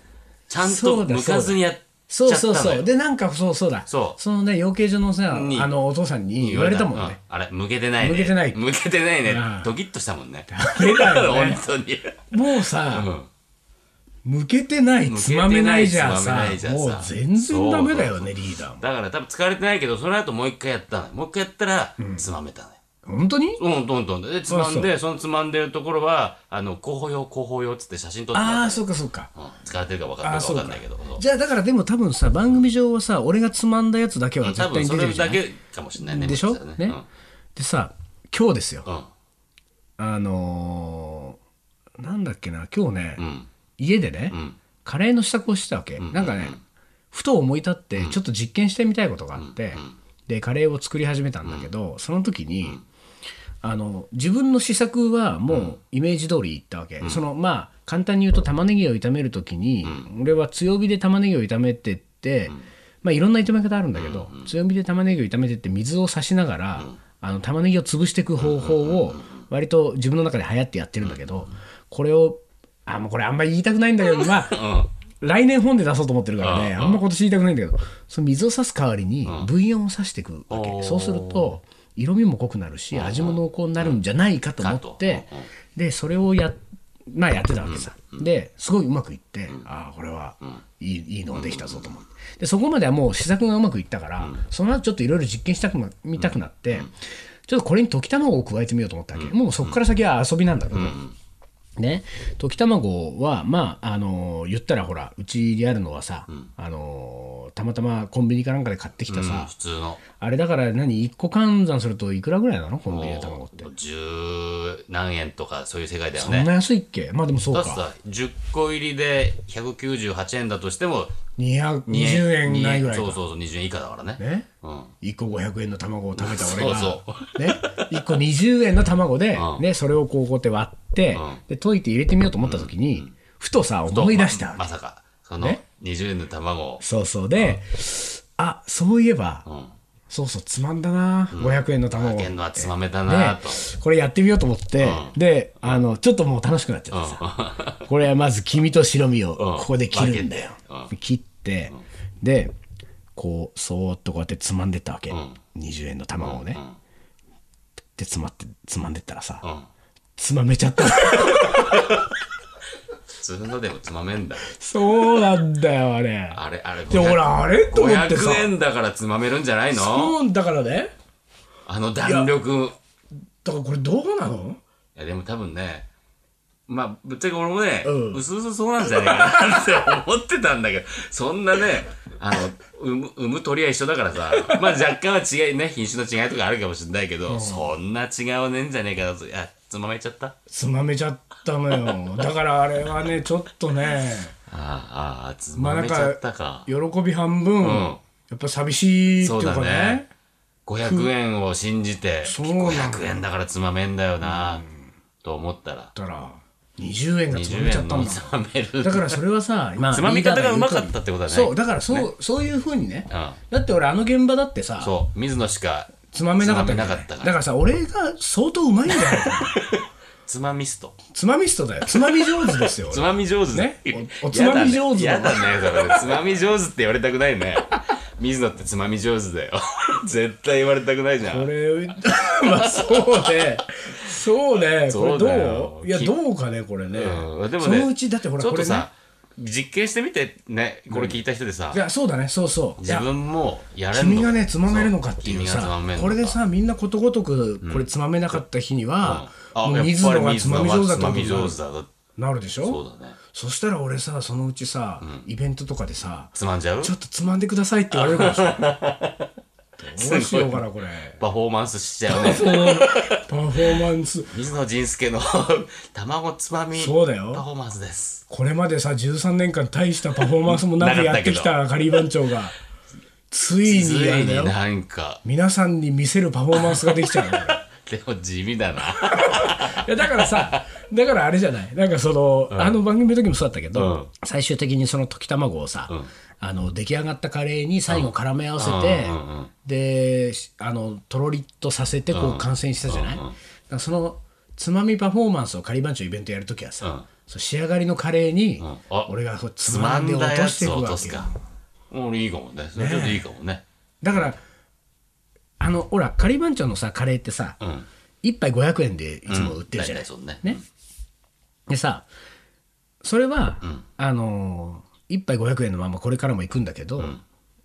[SPEAKER 2] ちゃん
[SPEAKER 3] そ
[SPEAKER 2] と
[SPEAKER 3] うだ
[SPEAKER 2] 剥かずにやっちゃ
[SPEAKER 3] そ
[SPEAKER 2] っ
[SPEAKER 3] う
[SPEAKER 2] たのよ。
[SPEAKER 3] そうそうでなんかそうそうだ
[SPEAKER 2] そう
[SPEAKER 3] のね養鶏場のさあ
[SPEAKER 2] に
[SPEAKER 3] のお父さんに言われたもん
[SPEAKER 2] う
[SPEAKER 3] ね、。
[SPEAKER 2] あれ、剥けてないね。
[SPEAKER 3] 剥けてない
[SPEAKER 2] 剥けてないね
[SPEAKER 3] うん。
[SPEAKER 2] ドキッとしたもんね。
[SPEAKER 3] メだよね
[SPEAKER 2] <laughs> 本当に。
[SPEAKER 3] もうさ、向けてないつまめないじゃん
[SPEAKER 2] 向けてな
[SPEAKER 3] さ
[SPEAKER 2] いつまめな
[SPEAKER 3] も
[SPEAKER 2] いじゃん
[SPEAKER 3] う
[SPEAKER 2] さ
[SPEAKER 3] 全然ダメだよねリーダーも
[SPEAKER 2] だから多分疲れてないけど、その後もう一回やったのよ。もう一回やったら、つまめたのよ。
[SPEAKER 3] 本当に
[SPEAKER 2] うん、どんどん。で、つまんで、そのつまんでるところは、あの、候補用、候補用っつって写真撮ってもら
[SPEAKER 3] あ
[SPEAKER 2] っ
[SPEAKER 3] あそうかそうか
[SPEAKER 2] た、うん疲れてるか分かん
[SPEAKER 3] あ
[SPEAKER 2] な
[SPEAKER 3] あ
[SPEAKER 2] いか
[SPEAKER 3] そう
[SPEAKER 2] 分
[SPEAKER 3] か
[SPEAKER 2] かんないけど。そう
[SPEAKER 3] じゃあだからでも多分さ番組上はさ俺がつまんだやつだけは
[SPEAKER 2] 多
[SPEAKER 3] 絶対
[SPEAKER 2] 分
[SPEAKER 3] に
[SPEAKER 2] そ
[SPEAKER 3] 出てる
[SPEAKER 2] れ
[SPEAKER 3] じゃ
[SPEAKER 2] だ
[SPEAKER 3] ない
[SPEAKER 2] けかもしれないね。
[SPEAKER 3] でしょ
[SPEAKER 2] もかたら
[SPEAKER 3] ねでさ今日ですよ
[SPEAKER 2] うん。うん
[SPEAKER 3] あのーなんだっけな今日ね
[SPEAKER 2] うん。
[SPEAKER 3] 家でね
[SPEAKER 2] ん
[SPEAKER 3] カレーの支度をしてたわけなんかねふと思い立ってちょっと実験してみたいことがあってでカレーを作り始めたんだけどその時にあの自分の試作はもうイメージ通りいったわけ、そのまあ簡単に言うと玉ねぎを炒める時に、俺は強火で玉ねぎを炒めてって、まあ、いろんな炒め方あるんだけど、強火で玉ねぎを炒めてって水を差しながら、あの玉ねぎを潰していく方法を割と自分の中で流行ってやってるんだけど、これをあもうこれあんまり言いたくないんだけどまあ来年本で出そうと思ってるからね、あんま今年言いたくないんだけど、その水を差す代わりに、ブイヨンを差していくわ
[SPEAKER 2] お
[SPEAKER 3] け。
[SPEAKER 2] ー
[SPEAKER 3] そうすると、色味も濃くなるし、味も濃厚になるんじゃないかと思って、で、それをや、まあやってたわけさ。で、すごいうまくいって、ああ、これはいいいいのができたぞと思って。で、そこまではもう試作がうまくいったから、その後ちょっといろいろ実験したくな、見たくなって、ちょっとこれに溶き卵を加えてみようと思ったわけ。もうそこから先は遊びなんだけど。ね、溶き卵はまああのー言ったらほらうちであるのはさ、あのーたまたまコンビニかなんかで買ってきた
[SPEAKER 2] うん
[SPEAKER 3] さ、
[SPEAKER 2] 普通の。
[SPEAKER 3] あれだから何1個換算するといくらぐらいなのコンビニの卵って
[SPEAKER 2] 十何円とかそういう世界だよ
[SPEAKER 3] そん
[SPEAKER 2] ね。
[SPEAKER 3] な安いっけまあでもそう
[SPEAKER 2] だ
[SPEAKER 3] か
[SPEAKER 2] ってさ、10個入りで198円だとしても、
[SPEAKER 3] 220円ないぐらい
[SPEAKER 2] そう
[SPEAKER 3] か
[SPEAKER 2] そうそう、20円以下だからね。
[SPEAKER 3] ね
[SPEAKER 2] うん。
[SPEAKER 3] 1個500円の卵を食べた俺が
[SPEAKER 2] そう
[SPEAKER 3] ね、1個20円の卵で、
[SPEAKER 2] うん
[SPEAKER 3] ね、それをこうこうやって割って、で溶いて入れてみようと思った時に、ふとさ思い出したわけ
[SPEAKER 2] まさか、その
[SPEAKER 3] ね
[SPEAKER 2] 20円の卵を。
[SPEAKER 3] そうそうで、あそういえば、
[SPEAKER 2] ん
[SPEAKER 3] そうそうつまんだな、500円の卵
[SPEAKER 2] けんのはつまめたな
[SPEAKER 3] ね
[SPEAKER 2] と。
[SPEAKER 3] これやってみようと思って、であのちょっともう楽しくなっちゃってさ、これはまず黄身と白身をここで切るんだよ、切って、でこうそーっとこうやってつまんでったわけ、 20円の玉をね、でつまってつまんでったらさ、
[SPEAKER 2] うん。 <laughs>
[SPEAKER 3] つまめちゃった <laughs>
[SPEAKER 2] 普通のでもつまめんだ。
[SPEAKER 3] そうなんだよあれ
[SPEAKER 2] あれ、あれ、
[SPEAKER 3] で俺あれと思ってさ
[SPEAKER 2] 500円だからつまめるんじゃないの
[SPEAKER 3] そうだからね
[SPEAKER 2] あの弾力。
[SPEAKER 3] だからこれどうなの
[SPEAKER 2] いや、でも多分ね、まあ、ぶっちゃけ俺もね、
[SPEAKER 3] うん
[SPEAKER 2] うすうすそうなんじゃねえかなって思ってたんだけど、そんなね、あの、産む、産む鳥は一緒だからさ、まあ若干は違いね、品種の違いとかあるかもしれないけど、そんな違うねえんじゃねえかなと、いや、つまめちゃった
[SPEAKER 3] つまめちゃったのよだからあれはねちょっとね
[SPEAKER 2] ああ、ああ、つ
[SPEAKER 3] まあ
[SPEAKER 2] ま
[SPEAKER 3] なん
[SPEAKER 2] めち
[SPEAKER 3] か
[SPEAKER 2] ゃったか。
[SPEAKER 3] 喜び半分、やっぱ寂しいってい
[SPEAKER 2] そう
[SPEAKER 3] うか
[SPEAKER 2] だ
[SPEAKER 3] ね
[SPEAKER 2] ね。500円を信じて、
[SPEAKER 3] そうなんだ
[SPEAKER 2] 500円だからつまめんだよな、と思ったら、
[SPEAKER 3] だから20円がつまめちゃっ
[SPEAKER 2] 20円
[SPEAKER 3] たん
[SPEAKER 2] の
[SPEAKER 3] だ
[SPEAKER 2] つまめる。
[SPEAKER 3] だからそれはさ、まあ
[SPEAKER 2] つまみ方がうまかったってことだね
[SPEAKER 3] そうだからそう,、そういうふうにね、
[SPEAKER 2] うん
[SPEAKER 3] だって俺あの現場だってさ
[SPEAKER 2] そう、水野しか
[SPEAKER 3] つまめなかった
[SPEAKER 2] つまめ
[SPEAKER 3] じゃ
[SPEAKER 2] な
[SPEAKER 3] な
[SPEAKER 2] か
[SPEAKER 3] い
[SPEAKER 2] ったから
[SPEAKER 3] だからさ俺が相当うまいんじゃないかな
[SPEAKER 2] つまみスト。
[SPEAKER 3] つまみスト
[SPEAKER 2] <laughs>
[SPEAKER 3] だよつまみ上手ですよ
[SPEAKER 2] つまみ上手だ
[SPEAKER 3] ねおおつまみ上手だ
[SPEAKER 2] やだね、やだねそれねつまみ上手って言われたくないね。水野ってつまみ上手だよ。 <laughs> 絶対言われたくないじゃん。
[SPEAKER 3] 俺 <laughs> まあそうねそうねこれ
[SPEAKER 2] そうだよ
[SPEAKER 3] どういや
[SPEAKER 2] き
[SPEAKER 3] どうかねこれね,、
[SPEAKER 2] うんでも
[SPEAKER 3] そ
[SPEAKER 2] ね、
[SPEAKER 3] のうちだってほら
[SPEAKER 2] ちょ
[SPEAKER 3] こ
[SPEAKER 2] っと
[SPEAKER 3] れね
[SPEAKER 2] さ、実験してみてね、これ聞いた人でさ
[SPEAKER 3] い、やそうだねそうそうい
[SPEAKER 2] 自
[SPEAKER 3] や
[SPEAKER 2] 分もやれるのか
[SPEAKER 3] 君がねつまめるのかっていう
[SPEAKER 2] 君がつ
[SPEAKER 3] さ
[SPEAKER 2] まめるのか
[SPEAKER 3] これでさみんなことごとくこれつまめなかった日には、
[SPEAKER 2] あ
[SPEAKER 3] もう水野がつまみ上手だっ
[SPEAKER 2] つ
[SPEAKER 3] た
[SPEAKER 2] ま
[SPEAKER 3] こと
[SPEAKER 2] み
[SPEAKER 3] にな
[SPEAKER 2] 上
[SPEAKER 3] る
[SPEAKER 2] 手だと
[SPEAKER 3] なるでしょ
[SPEAKER 2] そうだね
[SPEAKER 3] そしたら俺さそのうちさ、イベントとかでさ
[SPEAKER 2] つまんじゃう
[SPEAKER 3] ちょっとつまんでくださいって言われるかもしれないどうしようかなこれ
[SPEAKER 2] パフォーマンスしちゃうね
[SPEAKER 3] そのパフォーマンス
[SPEAKER 2] 水野仁介の <laughs> 卵つまみ
[SPEAKER 3] そうだよ
[SPEAKER 2] パフォーマンスです
[SPEAKER 3] これまでさ13年間大したパフォーマンスもなく
[SPEAKER 2] なか
[SPEAKER 3] や
[SPEAKER 2] っ
[SPEAKER 3] った
[SPEAKER 2] け
[SPEAKER 3] て
[SPEAKER 2] ど
[SPEAKER 3] きたカリー番長がつい
[SPEAKER 2] つ
[SPEAKER 3] にや
[SPEAKER 2] い
[SPEAKER 3] るだ
[SPEAKER 2] に
[SPEAKER 3] よ
[SPEAKER 2] なんか
[SPEAKER 3] 皆さんに見せるパフォーマンスができちゃうのこれ
[SPEAKER 2] でも地味だな
[SPEAKER 3] いやだからさ、
[SPEAKER 2] <laughs>
[SPEAKER 3] だからあれじゃない、なんかその、あの番組の時もそうだったけど、
[SPEAKER 2] うん
[SPEAKER 3] 最終的にその溶き卵をさ、あの出来上がったカレーに最後絡め合わせて、
[SPEAKER 2] うんうんうんうん
[SPEAKER 3] でしあのとろりっとさせてこう完成したじゃない、だからそのつまみパフォーマンスを仮番長イベントやるときはさ、
[SPEAKER 2] うん
[SPEAKER 3] そう仕上がりのカレーに、
[SPEAKER 2] んあ
[SPEAKER 3] 俺がこう <laughs> つ
[SPEAKER 2] つ
[SPEAKER 3] ま
[SPEAKER 2] ま
[SPEAKER 3] んで
[SPEAKER 2] ん
[SPEAKER 3] 落
[SPEAKER 2] だ
[SPEAKER 3] と
[SPEAKER 2] や
[SPEAKER 3] してい
[SPEAKER 2] つ
[SPEAKER 3] く
[SPEAKER 2] を落
[SPEAKER 3] わ
[SPEAKER 2] と
[SPEAKER 3] け
[SPEAKER 2] す
[SPEAKER 3] よ
[SPEAKER 2] か俺いいかもねそれちょっといいかもね
[SPEAKER 3] だからあのほら仮番長のさカレーってさ、
[SPEAKER 2] うん
[SPEAKER 3] 一1杯500円でいつも売ってる
[SPEAKER 2] 大
[SPEAKER 3] じゃない
[SPEAKER 2] 体、そうね
[SPEAKER 3] ね。でさ、それは、あのー、1杯500円のままこれからも行くんだけど、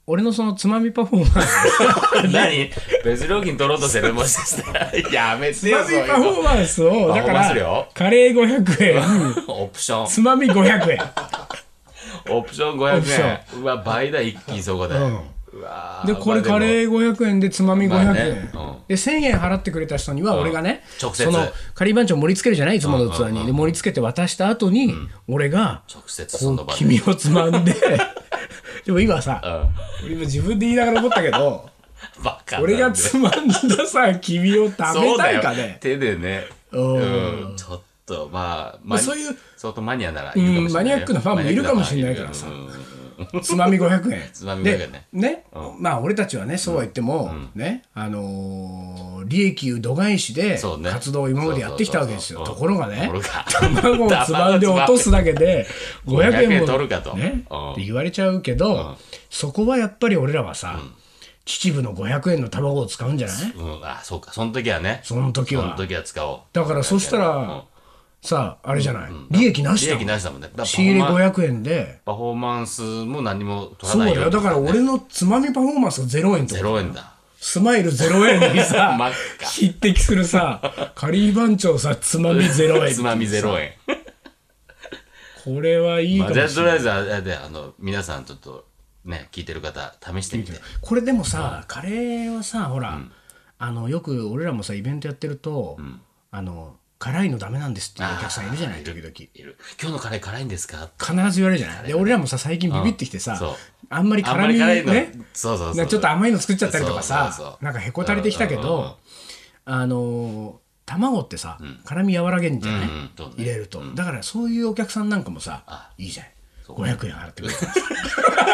[SPEAKER 3] 俺のそのつまみパフォ
[SPEAKER 2] <laughs>
[SPEAKER 3] ーマンス、
[SPEAKER 2] <laughs> 何別料金取ろうとしてるもし
[SPEAKER 3] <laughs>
[SPEAKER 2] かしたらやめて
[SPEAKER 3] つま
[SPEAKER 2] よ
[SPEAKER 3] み
[SPEAKER 2] そういう
[SPEAKER 3] パフォーマンスを、
[SPEAKER 2] パ
[SPEAKER 3] だ
[SPEAKER 2] フォ
[SPEAKER 3] か
[SPEAKER 2] ーマンス
[SPEAKER 3] ら
[SPEAKER 2] 料、
[SPEAKER 3] カレー500円、
[SPEAKER 2] <laughs> のオプション
[SPEAKER 3] つまみ500円。
[SPEAKER 2] オプション
[SPEAKER 3] オプシ
[SPEAKER 2] 500
[SPEAKER 3] ョ
[SPEAKER 2] 円うわ倍だ一気そこで、
[SPEAKER 3] ん
[SPEAKER 2] うわー
[SPEAKER 3] で、これ
[SPEAKER 2] まあ
[SPEAKER 3] カ
[SPEAKER 2] でも
[SPEAKER 3] レー500円でつまみ500円。
[SPEAKER 2] まあねうん
[SPEAKER 3] で、1000円払ってくれた人には、俺がね、
[SPEAKER 2] 直接
[SPEAKER 3] その、仮番長盛り付けるじゃないいつもの器に。で、盛り付けて渡した後に、俺が、
[SPEAKER 2] 直接その場で <laughs>
[SPEAKER 3] 君をつまんで、 <laughs> でも今さ、俺今自分で言いながら思ったけど、
[SPEAKER 2] バカなんで
[SPEAKER 3] 俺がつまんださ、君を食べたいか
[SPEAKER 2] そうだよ
[SPEAKER 3] ね。
[SPEAKER 2] 手でね
[SPEAKER 3] ん
[SPEAKER 2] うんちょっとまあ
[SPEAKER 3] ま
[SPEAKER 2] ま
[SPEAKER 3] あそういう
[SPEAKER 2] 相当マニアならいる
[SPEAKER 3] う
[SPEAKER 2] かもしれないよ
[SPEAKER 3] んマニアックなファンもいるかもしれないからさ
[SPEAKER 2] マニアックなファンいるうん
[SPEAKER 3] つまみ500円。
[SPEAKER 2] つまみ500円ね
[SPEAKER 3] でね、まあ俺たちはね、そうは言っても、ね、あのー利益度外視で
[SPEAKER 2] そうね
[SPEAKER 3] 活動を今までやってきたわけですよ。と
[SPEAKER 2] そうそう
[SPEAKER 3] ころがね
[SPEAKER 2] ところ
[SPEAKER 3] 卵
[SPEAKER 2] が、 <laughs>
[SPEAKER 3] をつまんで落とすだけで、
[SPEAKER 2] 500
[SPEAKER 3] 500円も
[SPEAKER 2] 円取るかと
[SPEAKER 3] ね
[SPEAKER 2] うん
[SPEAKER 3] って言われちゃうけど、そこはやっぱり俺らはさ、秩父の500円の卵を使うんじゃない
[SPEAKER 2] うんうんあそうかその時はね
[SPEAKER 3] その時は
[SPEAKER 2] その時は使おう
[SPEAKER 3] だからそしたら、さあ、あれじゃない、利益なし
[SPEAKER 2] 利
[SPEAKER 3] だ
[SPEAKER 2] 益なしだもんねだから
[SPEAKER 3] 仕入れ
[SPEAKER 2] パフォーマン
[SPEAKER 3] 500円で、
[SPEAKER 2] パフォーマンスも何も取ら
[SPEAKER 3] そう
[SPEAKER 2] ない
[SPEAKER 3] だよ。だから
[SPEAKER 2] ね
[SPEAKER 3] 俺のつまみパフォーマンスが0円とか
[SPEAKER 2] 0円だ
[SPEAKER 3] スマイル0円にさ
[SPEAKER 2] <laughs> 真っ、赤
[SPEAKER 3] 匹敵する
[SPEAKER 2] <laughs>
[SPEAKER 3] さ、カリー番長さ、つまみ0円。
[SPEAKER 2] つまみ0円
[SPEAKER 3] これはいいか
[SPEAKER 2] ま
[SPEAKER 3] も
[SPEAKER 2] あ
[SPEAKER 3] し
[SPEAKER 2] じ
[SPEAKER 3] れ
[SPEAKER 2] ゃ
[SPEAKER 3] な
[SPEAKER 2] あ
[SPEAKER 3] い。
[SPEAKER 2] とりあえずあれであの皆さんちょっとね聞いてる方試してみて
[SPEAKER 3] これでもさ、カレーはさ、ほら、あの、よく俺らもさ、イベントやってると、あの、辛いのダメなんですっていうお客さんいるじゃない、時々。
[SPEAKER 2] いる今日のカレー辛いんですか
[SPEAKER 3] 必ず言われるじゃない。で、俺らもさ、最近ビビってきて
[SPEAKER 2] うん
[SPEAKER 3] さ
[SPEAKER 2] そう、
[SPEAKER 3] あんまり
[SPEAKER 2] あん
[SPEAKER 3] 辛
[SPEAKER 2] ま
[SPEAKER 3] み
[SPEAKER 2] り辛いの、
[SPEAKER 3] ね、
[SPEAKER 2] そうそうそ
[SPEAKER 3] な
[SPEAKER 2] うん
[SPEAKER 3] かちょっと甘いの作っちゃったりとかさ
[SPEAKER 2] そうそうそう
[SPEAKER 3] なんかへこたれてきたけど、
[SPEAKER 2] うんうんうん
[SPEAKER 3] あのー卵ってさ、辛み和らげんじゃない、
[SPEAKER 2] うんうんそうね
[SPEAKER 3] 入れると、だからそういうお客さんなんかもさいいじゃん500円払ってくれる <laughs>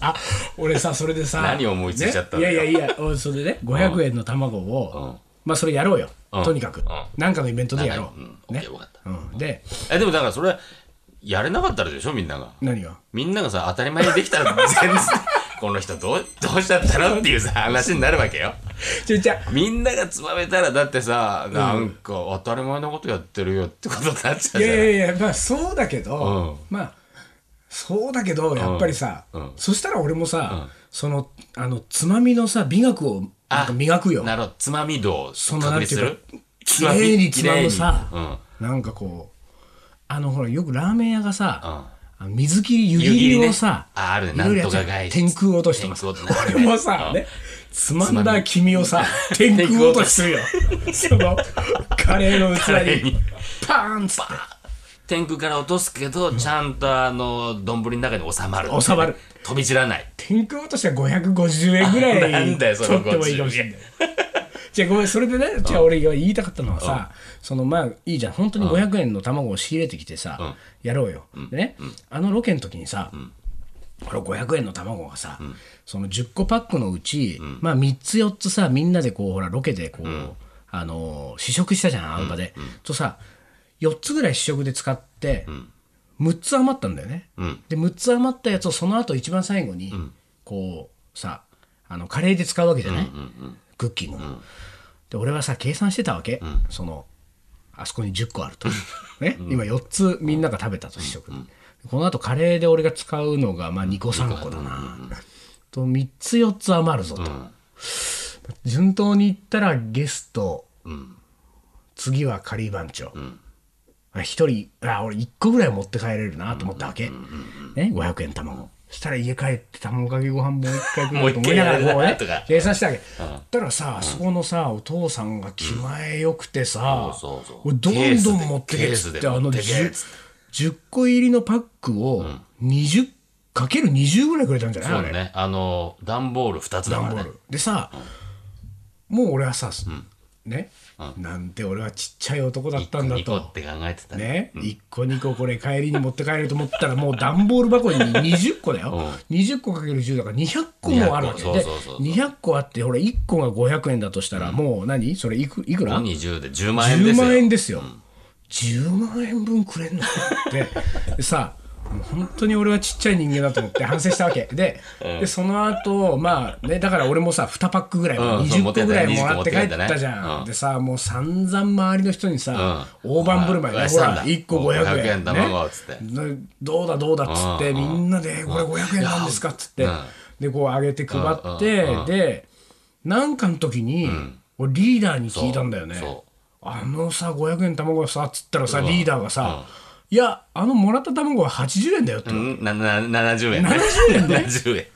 [SPEAKER 3] あ俺さそれでさ
[SPEAKER 2] 何思いついちゃったん
[SPEAKER 3] ね
[SPEAKER 2] だ
[SPEAKER 3] い
[SPEAKER 2] よ
[SPEAKER 3] やいやいや俺それでね500円の卵を、
[SPEAKER 2] うん
[SPEAKER 3] まあそれやろうよ、
[SPEAKER 2] うん
[SPEAKER 3] とにかく、
[SPEAKER 2] うん
[SPEAKER 3] なんかのイベントでやろう、
[SPEAKER 2] うんオッケーわかった
[SPEAKER 3] うん、で
[SPEAKER 2] えでもだからそれやれなかったらでしょみんなが
[SPEAKER 3] 何が <laughs>
[SPEAKER 2] みんながさ当たり前にできたら全然この人どうどうしちゃったのっていうさ話になるわけよ
[SPEAKER 3] ちょいちゃ
[SPEAKER 2] みんながつまめたらだってさなんか当たり前のことやってるよってことになっちゃうじゃ
[SPEAKER 3] い
[SPEAKER 2] ない
[SPEAKER 3] やいやいやまあそうだけど、
[SPEAKER 2] うん
[SPEAKER 3] まあそうだけどやっぱりさ、
[SPEAKER 2] うんうん
[SPEAKER 3] そしたら俺もさ、そのあのつまみのさ美学をなんか磨くよ
[SPEAKER 2] なるほどつまみ度を
[SPEAKER 3] その
[SPEAKER 2] 確立す
[SPEAKER 3] なん
[SPEAKER 2] る
[SPEAKER 3] て綺麗につまむさ
[SPEAKER 2] 綺麗にうん
[SPEAKER 3] なんかこうあのほらよくラーメン屋がさ、あの水切り湯
[SPEAKER 2] 湯
[SPEAKER 3] 切
[SPEAKER 2] 切り
[SPEAKER 3] り
[SPEAKER 2] ね
[SPEAKER 3] をさ、
[SPEAKER 2] ああるね
[SPEAKER 3] いろいろやっちゃう
[SPEAKER 2] なんとか返し
[SPEAKER 3] 天空落としとか
[SPEAKER 2] 天
[SPEAKER 3] さ
[SPEAKER 2] 空落とし
[SPEAKER 3] 俺もさ、
[SPEAKER 2] うん
[SPEAKER 3] ねつまんだ君をさ天空落としす
[SPEAKER 2] <laughs>
[SPEAKER 3] るよそのカレーの
[SPEAKER 2] カレ
[SPEAKER 3] 器
[SPEAKER 2] ー
[SPEAKER 3] に
[SPEAKER 2] に
[SPEAKER 3] パーンっつって
[SPEAKER 2] 天空から落とすけど、ちゃんとあの丼の中に収まる
[SPEAKER 3] 収まる
[SPEAKER 2] 飛び散らない
[SPEAKER 3] 天空落としは550円ぐらい
[SPEAKER 2] なんだよそ
[SPEAKER 3] 取
[SPEAKER 2] の
[SPEAKER 3] ってもいいかもしれないじゃあごめんそれでねじゃあ俺が言いたかったのはさ、そのまあいいじゃん本当に500円の卵を仕入れてきてさ、やろうよ、でね、あのロケの時にさ、これ500円の卵がさ、その10個パックのうち、まあ3つ4つさみんなでこうほらロケでこう、あのー試食したじゃんあの場で、とさ4つぐらい試食で使って、6つ余ったんだよね、
[SPEAKER 2] ん
[SPEAKER 3] で6つ余ったやつをその後一番最後に、こうさあのカレーで使うわけじゃない、クッキーの、で俺はさ計算してたわけ、そのあそこに10個あると、ね今4つみんなが食べたと試食、このあとカレーで俺が使うのがまあ2個3個だな、と3つ4つ余るぞと、順当にいったらゲスト、次はカリー番長、あ一人あ俺1個ぐらい持って帰れるなと思ったわけ、ね、500円卵そしたら家帰って卵かけご飯もう一回食おうと思いながら
[SPEAKER 2] もう一回やるな
[SPEAKER 3] こうね
[SPEAKER 2] とか
[SPEAKER 3] 計算したわけ、たらさあそこのさお父さんが気前よくてさ、
[SPEAKER 2] そうそうそう
[SPEAKER 3] 俺どんどん持ってけっつっ
[SPEAKER 2] ケース
[SPEAKER 3] て
[SPEAKER 2] で
[SPEAKER 3] あの
[SPEAKER 2] 持ってけっ
[SPEAKER 3] 10,
[SPEAKER 2] つっ
[SPEAKER 3] 10個入りのパックを20かける20ぐらいくれたんじゃない
[SPEAKER 2] そ
[SPEAKER 3] あ
[SPEAKER 2] う
[SPEAKER 3] れ
[SPEAKER 2] ねあの段ボール2つだ
[SPEAKER 3] 段
[SPEAKER 2] か
[SPEAKER 3] ボ
[SPEAKER 2] ら
[SPEAKER 3] ー
[SPEAKER 2] ね
[SPEAKER 3] ルでさ、もう俺はさ、ね、なんて俺はちっちゃい男だったんだ
[SPEAKER 2] 2個
[SPEAKER 3] と
[SPEAKER 2] っ。て考えてた
[SPEAKER 3] ね、1個2個これ帰りに持って帰れると思ったらもう段ボール箱に20個だよ、20個かける10だから200個もあるわけ
[SPEAKER 2] 200
[SPEAKER 3] で
[SPEAKER 2] そうそうそうそう
[SPEAKER 3] 200個あってほら1個が500円だとしたらもう何それいくいくら
[SPEAKER 2] 20で10万円で
[SPEAKER 3] 10
[SPEAKER 2] すよ
[SPEAKER 3] 万円ですよ、10万円分くれんのってでさもう本当に俺はちっちゃい人間だと思って反省したわけで,、でその後まあねだから俺もさ2パックぐらい、
[SPEAKER 2] うんそ
[SPEAKER 3] 20
[SPEAKER 2] う持
[SPEAKER 3] 個
[SPEAKER 2] ってた
[SPEAKER 3] ぐらいもらって帰っ
[SPEAKER 2] 20個持って帰った
[SPEAKER 3] たじゃん、
[SPEAKER 2] ねうん
[SPEAKER 3] でさもう散々周りの人にさ、
[SPEAKER 2] うん
[SPEAKER 3] 大盤振る舞い
[SPEAKER 2] お
[SPEAKER 3] ね
[SPEAKER 2] 前
[SPEAKER 3] ほ
[SPEAKER 2] お前
[SPEAKER 3] ら
[SPEAKER 2] さんだ
[SPEAKER 3] 1個500
[SPEAKER 2] 500
[SPEAKER 3] 円
[SPEAKER 2] 円卵っつって
[SPEAKER 3] ねどうだどうだっつって、
[SPEAKER 2] うん
[SPEAKER 3] みんなで、えこれ500円なんですかっつって、
[SPEAKER 2] うん
[SPEAKER 3] でこう上げて配って、
[SPEAKER 2] うんうんうん
[SPEAKER 3] でなんかの時に、俺リーダーに聞いたんだよね
[SPEAKER 2] そう
[SPEAKER 3] あのさ500円卵がさっつったらさ、リーダーがさ、いやあのもらった卵は80円だよって、
[SPEAKER 2] うんなな70円
[SPEAKER 3] 70円ね
[SPEAKER 2] 70円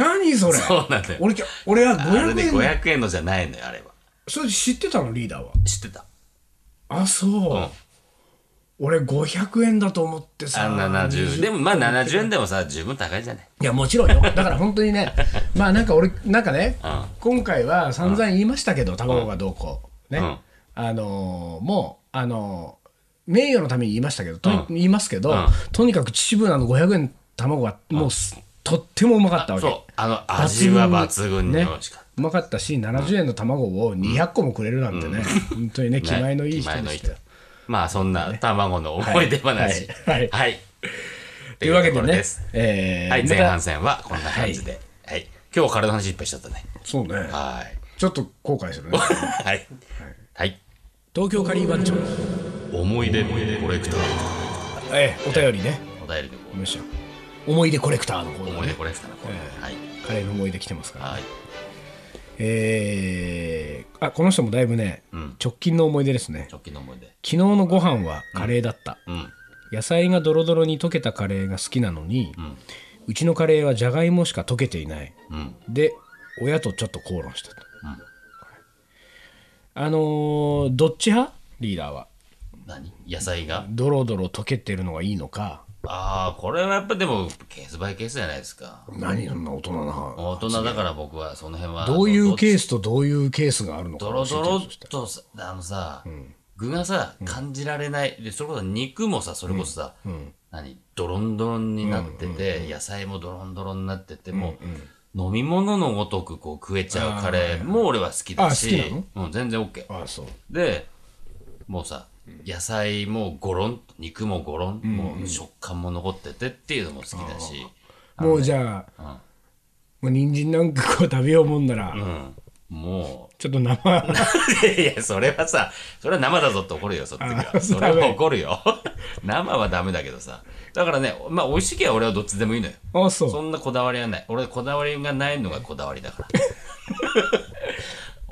[SPEAKER 3] 何それ
[SPEAKER 2] そうなんだよ
[SPEAKER 3] 俺き俺は
[SPEAKER 2] あれ
[SPEAKER 3] 500
[SPEAKER 2] ね
[SPEAKER 3] 円
[SPEAKER 2] 500円のじゃないのよあれは
[SPEAKER 3] それ知ってたのリーダーは
[SPEAKER 2] 知ってた
[SPEAKER 3] あそう、
[SPEAKER 2] ん
[SPEAKER 3] 俺500円だと思ってさ
[SPEAKER 2] あ70でもまあ70円でもさ十分高いじゃない
[SPEAKER 3] いやもちろんよ <laughs> だから本当にねまあなんか俺なんかね、
[SPEAKER 2] ん
[SPEAKER 3] 今回は散々言いましたけど、卵がどうこうね、
[SPEAKER 2] うん
[SPEAKER 3] あのーもうあのー名誉のために言いましたけどとに、
[SPEAKER 2] う
[SPEAKER 3] 言いますけど、
[SPEAKER 2] ん
[SPEAKER 3] とにかく秩父なの500円卵はもうす、とってもうまかったわけ
[SPEAKER 2] そうあの味は抜群に美
[SPEAKER 3] ね
[SPEAKER 2] 味しかっ
[SPEAKER 3] うまかったし70円の卵を200個もくれるなんてね、本当にね
[SPEAKER 2] た
[SPEAKER 3] 気前のいい人
[SPEAKER 2] 気前
[SPEAKER 3] で
[SPEAKER 2] の
[SPEAKER 3] したよ。
[SPEAKER 2] 人まあそんな卵の思い出話
[SPEAKER 3] はいはい
[SPEAKER 2] はい
[SPEAKER 3] <laughs> というわけで
[SPEAKER 2] ところ
[SPEAKER 3] ね
[SPEAKER 2] す、
[SPEAKER 3] えー
[SPEAKER 2] はい、
[SPEAKER 3] また
[SPEAKER 2] 前半戦はこんな感じで。はい。今日は体の話いっぱいしちゃったね。
[SPEAKER 3] そうね
[SPEAKER 2] はい。
[SPEAKER 3] ちょっと後悔す
[SPEAKER 2] <laughs>
[SPEAKER 3] るね
[SPEAKER 2] はい。はい。
[SPEAKER 3] 東京カリー番長、
[SPEAKER 2] 思い出コレクター。
[SPEAKER 3] えーお便りね
[SPEAKER 2] お便りで
[SPEAKER 3] 見ましたよ思い出コレクターのコーナーね
[SPEAKER 2] 思い出コレクターのコーナー。はい。
[SPEAKER 3] カレーの思い出来てますから、
[SPEAKER 2] はい。
[SPEAKER 3] えーあこの人もだいぶね、
[SPEAKER 2] ん
[SPEAKER 3] 直近の思い出ですね
[SPEAKER 2] 直近の思い出。
[SPEAKER 3] 昨日のご飯はカレーだった、
[SPEAKER 2] うん。
[SPEAKER 3] 野菜がドロドロに溶けたカレーが好きなのに、うちのカレーはじゃがいもしか溶けていない
[SPEAKER 2] うん。
[SPEAKER 3] で親とちょっと口論したと、あのーどっち派リーダーは
[SPEAKER 2] 何野菜が
[SPEAKER 3] ドロドロ溶けてるのがいいのか
[SPEAKER 2] ああ、これはやっぱでも、ケースバイケースじゃないですか。
[SPEAKER 3] 何そんな大人な
[SPEAKER 2] 大人だから僕はその辺は。
[SPEAKER 3] どういうケー
[SPEAKER 2] ス
[SPEAKER 3] スとどういうケースがあるのか
[SPEAKER 2] ド
[SPEAKER 3] 教えてほ
[SPEAKER 2] ロド
[SPEAKER 3] しい
[SPEAKER 2] ロっとさ、あのさ、具がさ、感じられない。で、それこそ肉もさ、それこそさ、何ドロンドロンになってて、野菜もドロンドロンになってて、もう、飲み物のごとくこう食えちゃうカレーも俺は好きだ
[SPEAKER 3] あ好き
[SPEAKER 2] し
[SPEAKER 3] な、
[SPEAKER 2] うん、全然 OK。
[SPEAKER 3] ああそう
[SPEAKER 2] で、もうさ、野菜もゴロン、肉もゴロン、もう食感も残っててっていうのも好きだし、
[SPEAKER 3] もうじゃあ、まあ、人参なんかこう食べようもんなら、
[SPEAKER 2] うん <laughs> も
[SPEAKER 3] ちょっと生
[SPEAKER 2] ういやいやそれはさそれは生だぞって怒るよその時
[SPEAKER 3] あ
[SPEAKER 2] はそれ
[SPEAKER 3] ダ
[SPEAKER 2] は
[SPEAKER 3] メ
[SPEAKER 2] 怒るよ <laughs> 生はダメだけどさだからねまあ美味しいけは俺はどっちでもいいのよ
[SPEAKER 3] あそう
[SPEAKER 2] そんなこだわりはない俺こだわりがないのがこだわりだから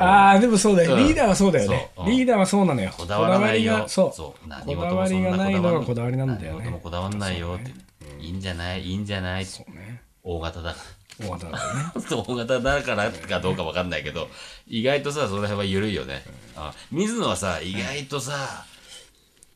[SPEAKER 3] ああでもそうだよ、
[SPEAKER 2] うん
[SPEAKER 3] リーダーはそうだよね、
[SPEAKER 2] そううん
[SPEAKER 3] リーダーはそうなのよ
[SPEAKER 2] こだわらない
[SPEAKER 3] こだわり
[SPEAKER 2] よ
[SPEAKER 3] がそう
[SPEAKER 2] 何
[SPEAKER 3] こ
[SPEAKER 2] 事も
[SPEAKER 3] だわりがないのがこだわりなんだよ
[SPEAKER 2] 何事も
[SPEAKER 3] ね
[SPEAKER 2] こだわんないよって、いいんじゃないいいんじゃないって
[SPEAKER 3] そうね
[SPEAKER 2] 大型だか
[SPEAKER 3] 大型だよね
[SPEAKER 2] ら大型だからかどうかわかんないけど意外とさその辺は緩いよね、あ水野はさ意外とさ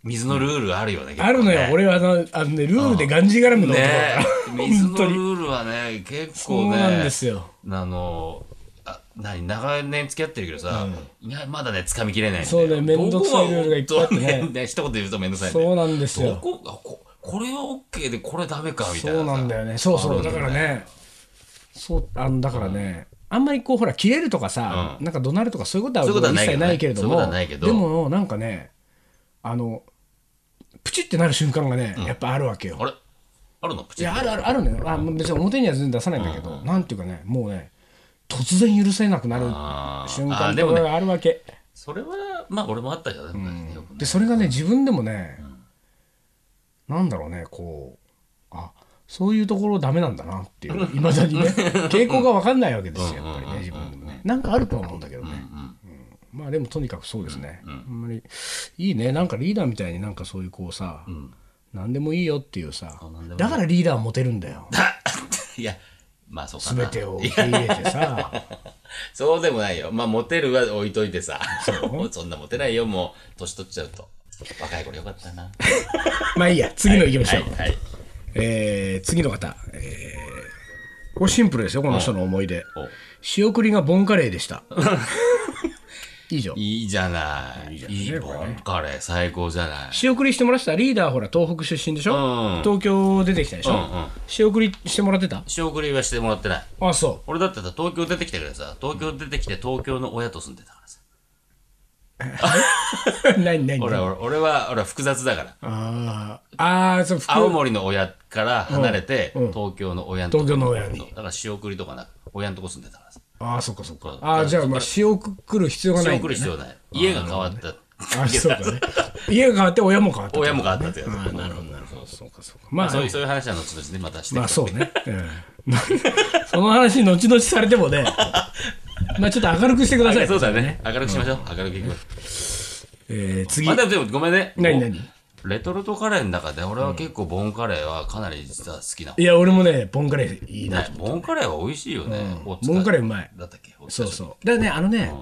[SPEAKER 2] 水のルールあるよね、結構ね
[SPEAKER 3] あるのよ、俺はあのあの、ね、ルールでがんじがらむ <laughs> の男だ
[SPEAKER 2] ね
[SPEAKER 3] から、
[SPEAKER 2] 水
[SPEAKER 3] 本
[SPEAKER 2] の
[SPEAKER 3] 当
[SPEAKER 2] ル
[SPEAKER 3] に
[SPEAKER 2] ールはね結
[SPEAKER 3] そう
[SPEAKER 2] 構ね
[SPEAKER 3] なんですよ
[SPEAKER 2] あのあ何長年付き合ってるけどさ、いやまだね掴みきれないんだよ
[SPEAKER 3] そうねめんどくさいルールがいっぱいあってね
[SPEAKER 2] どこも本当一言で言うとめんどくさい
[SPEAKER 3] そうなんです
[SPEAKER 2] ど
[SPEAKER 3] よ
[SPEAKER 2] こあここれは OK でこれダメかみたいな
[SPEAKER 3] そうなんだよ
[SPEAKER 2] ね
[SPEAKER 3] ねそうそう
[SPEAKER 2] ある
[SPEAKER 3] だ
[SPEAKER 2] ん
[SPEAKER 3] か
[SPEAKER 2] だよ
[SPEAKER 3] ら
[SPEAKER 2] ね
[SPEAKER 3] ねそうあのだからね、あんまりこうほら切れるとかさ、
[SPEAKER 2] うん
[SPEAKER 3] なんか怒鳴るとかそういうことは
[SPEAKER 2] そういうことは
[SPEAKER 3] 一
[SPEAKER 2] ないけ
[SPEAKER 3] 切
[SPEAKER 2] どね
[SPEAKER 3] ないけれど
[SPEAKER 2] そういうこ
[SPEAKER 3] も
[SPEAKER 2] と
[SPEAKER 3] で
[SPEAKER 2] はないけど
[SPEAKER 3] もなんかねあのプチってなる瞬間がね、やっぱあるわけよ
[SPEAKER 2] あれあるのプ
[SPEAKER 3] い
[SPEAKER 2] チッ
[SPEAKER 3] やあるあるあるのよあもう別に表には全然出さないんだけど、なんていうかねもうね突然許せなくなる
[SPEAKER 2] あー
[SPEAKER 3] 瞬
[SPEAKER 2] あー
[SPEAKER 3] 間
[SPEAKER 2] で
[SPEAKER 3] と
[SPEAKER 2] も
[SPEAKER 3] か
[SPEAKER 2] ね
[SPEAKER 3] があるわけ
[SPEAKER 2] それはまあ俺もあったじゃん、ねよくね
[SPEAKER 3] でそれがね自分でもね、なんだろうねこうあそういうところダメなんだなっていういまだ <laughs> にね傾向が分かんないわけですよやっぱりね自分でもねなんかあるとは思うんだけどね、うんまあでもとにかくそうですね、あんまりいいねなんかリーダーみたいになんかそういうこうさ、何でもいいよっていうさ
[SPEAKER 2] う何でもいい
[SPEAKER 3] だからリーダーはモテるんだ <laughs> よ
[SPEAKER 2] い <laughs> やまあそうかな
[SPEAKER 3] 全てを受け入れてさ
[SPEAKER 2] そうでもないよまあモテるは置いといてさ <laughs> もうそんなモテないよもう年取っちゃうと若い頃よかったな
[SPEAKER 3] まあいいや次の行きましょう、
[SPEAKER 2] はいはい
[SPEAKER 3] えー次の方、えーこれシンプルですよこの人の思い出
[SPEAKER 2] お
[SPEAKER 3] 仕送りがボンカレーでした
[SPEAKER 2] <laughs>
[SPEAKER 3] 以上
[SPEAKER 2] いいじゃない。いいボンカレー、最高じゃない。
[SPEAKER 3] 仕送りしてもらってたリーダーほら東北出身でしょ、
[SPEAKER 2] うん
[SPEAKER 3] 東京出てきたでしょ、
[SPEAKER 2] うんうん
[SPEAKER 3] 仕送りしてもらってた
[SPEAKER 2] 仕送りはしてもらってない。
[SPEAKER 3] あそ
[SPEAKER 2] 俺だってさ、東京出てきたからさ、東京出てきて東京の親と住んでたからさ。
[SPEAKER 3] う <laughs> 何何
[SPEAKER 2] 俺
[SPEAKER 3] 何
[SPEAKER 2] は、俺は、俺は複雑だから。
[SPEAKER 3] あーあーそう福
[SPEAKER 2] 青森の親から離れて、
[SPEAKER 3] うんうん
[SPEAKER 2] 東京の親のとこ
[SPEAKER 3] 東京の親に
[SPEAKER 2] そうだから仕送りとかなく、親のとこ住んでたからさ。
[SPEAKER 3] ああそっかそっ
[SPEAKER 2] そ
[SPEAKER 3] か
[SPEAKER 2] う
[SPEAKER 3] ああじゃあまあ仕送る必要が
[SPEAKER 2] 仕
[SPEAKER 3] ないん
[SPEAKER 2] 送
[SPEAKER 3] だね
[SPEAKER 2] る必要ない。家が変わった。
[SPEAKER 3] あそうかね家が変わって親も変わった
[SPEAKER 2] 親も変わったってやつ。
[SPEAKER 3] なるほどなるほどそうかそうかまあ
[SPEAKER 2] そういう、そういう話は後々ね、またして
[SPEAKER 3] まあそうね。 <laughs> その話、後々されてもね、まあちょっと明るくしてください。
[SPEAKER 2] そうだね。明るくしましょう。明るくいく。
[SPEAKER 3] えー次
[SPEAKER 2] まあ、。でもでもごめんね。
[SPEAKER 3] 何何
[SPEAKER 2] レトルトカレーの中で俺は結構ボンカレーはかなり実は好きな方
[SPEAKER 3] いや、俺もね、ボンカレーいいな
[SPEAKER 2] ね。ボンカレーは美味しいよね。ボ
[SPEAKER 3] ボンカレーうまい。
[SPEAKER 2] だったっけ
[SPEAKER 3] そうそう。だからね、あのね、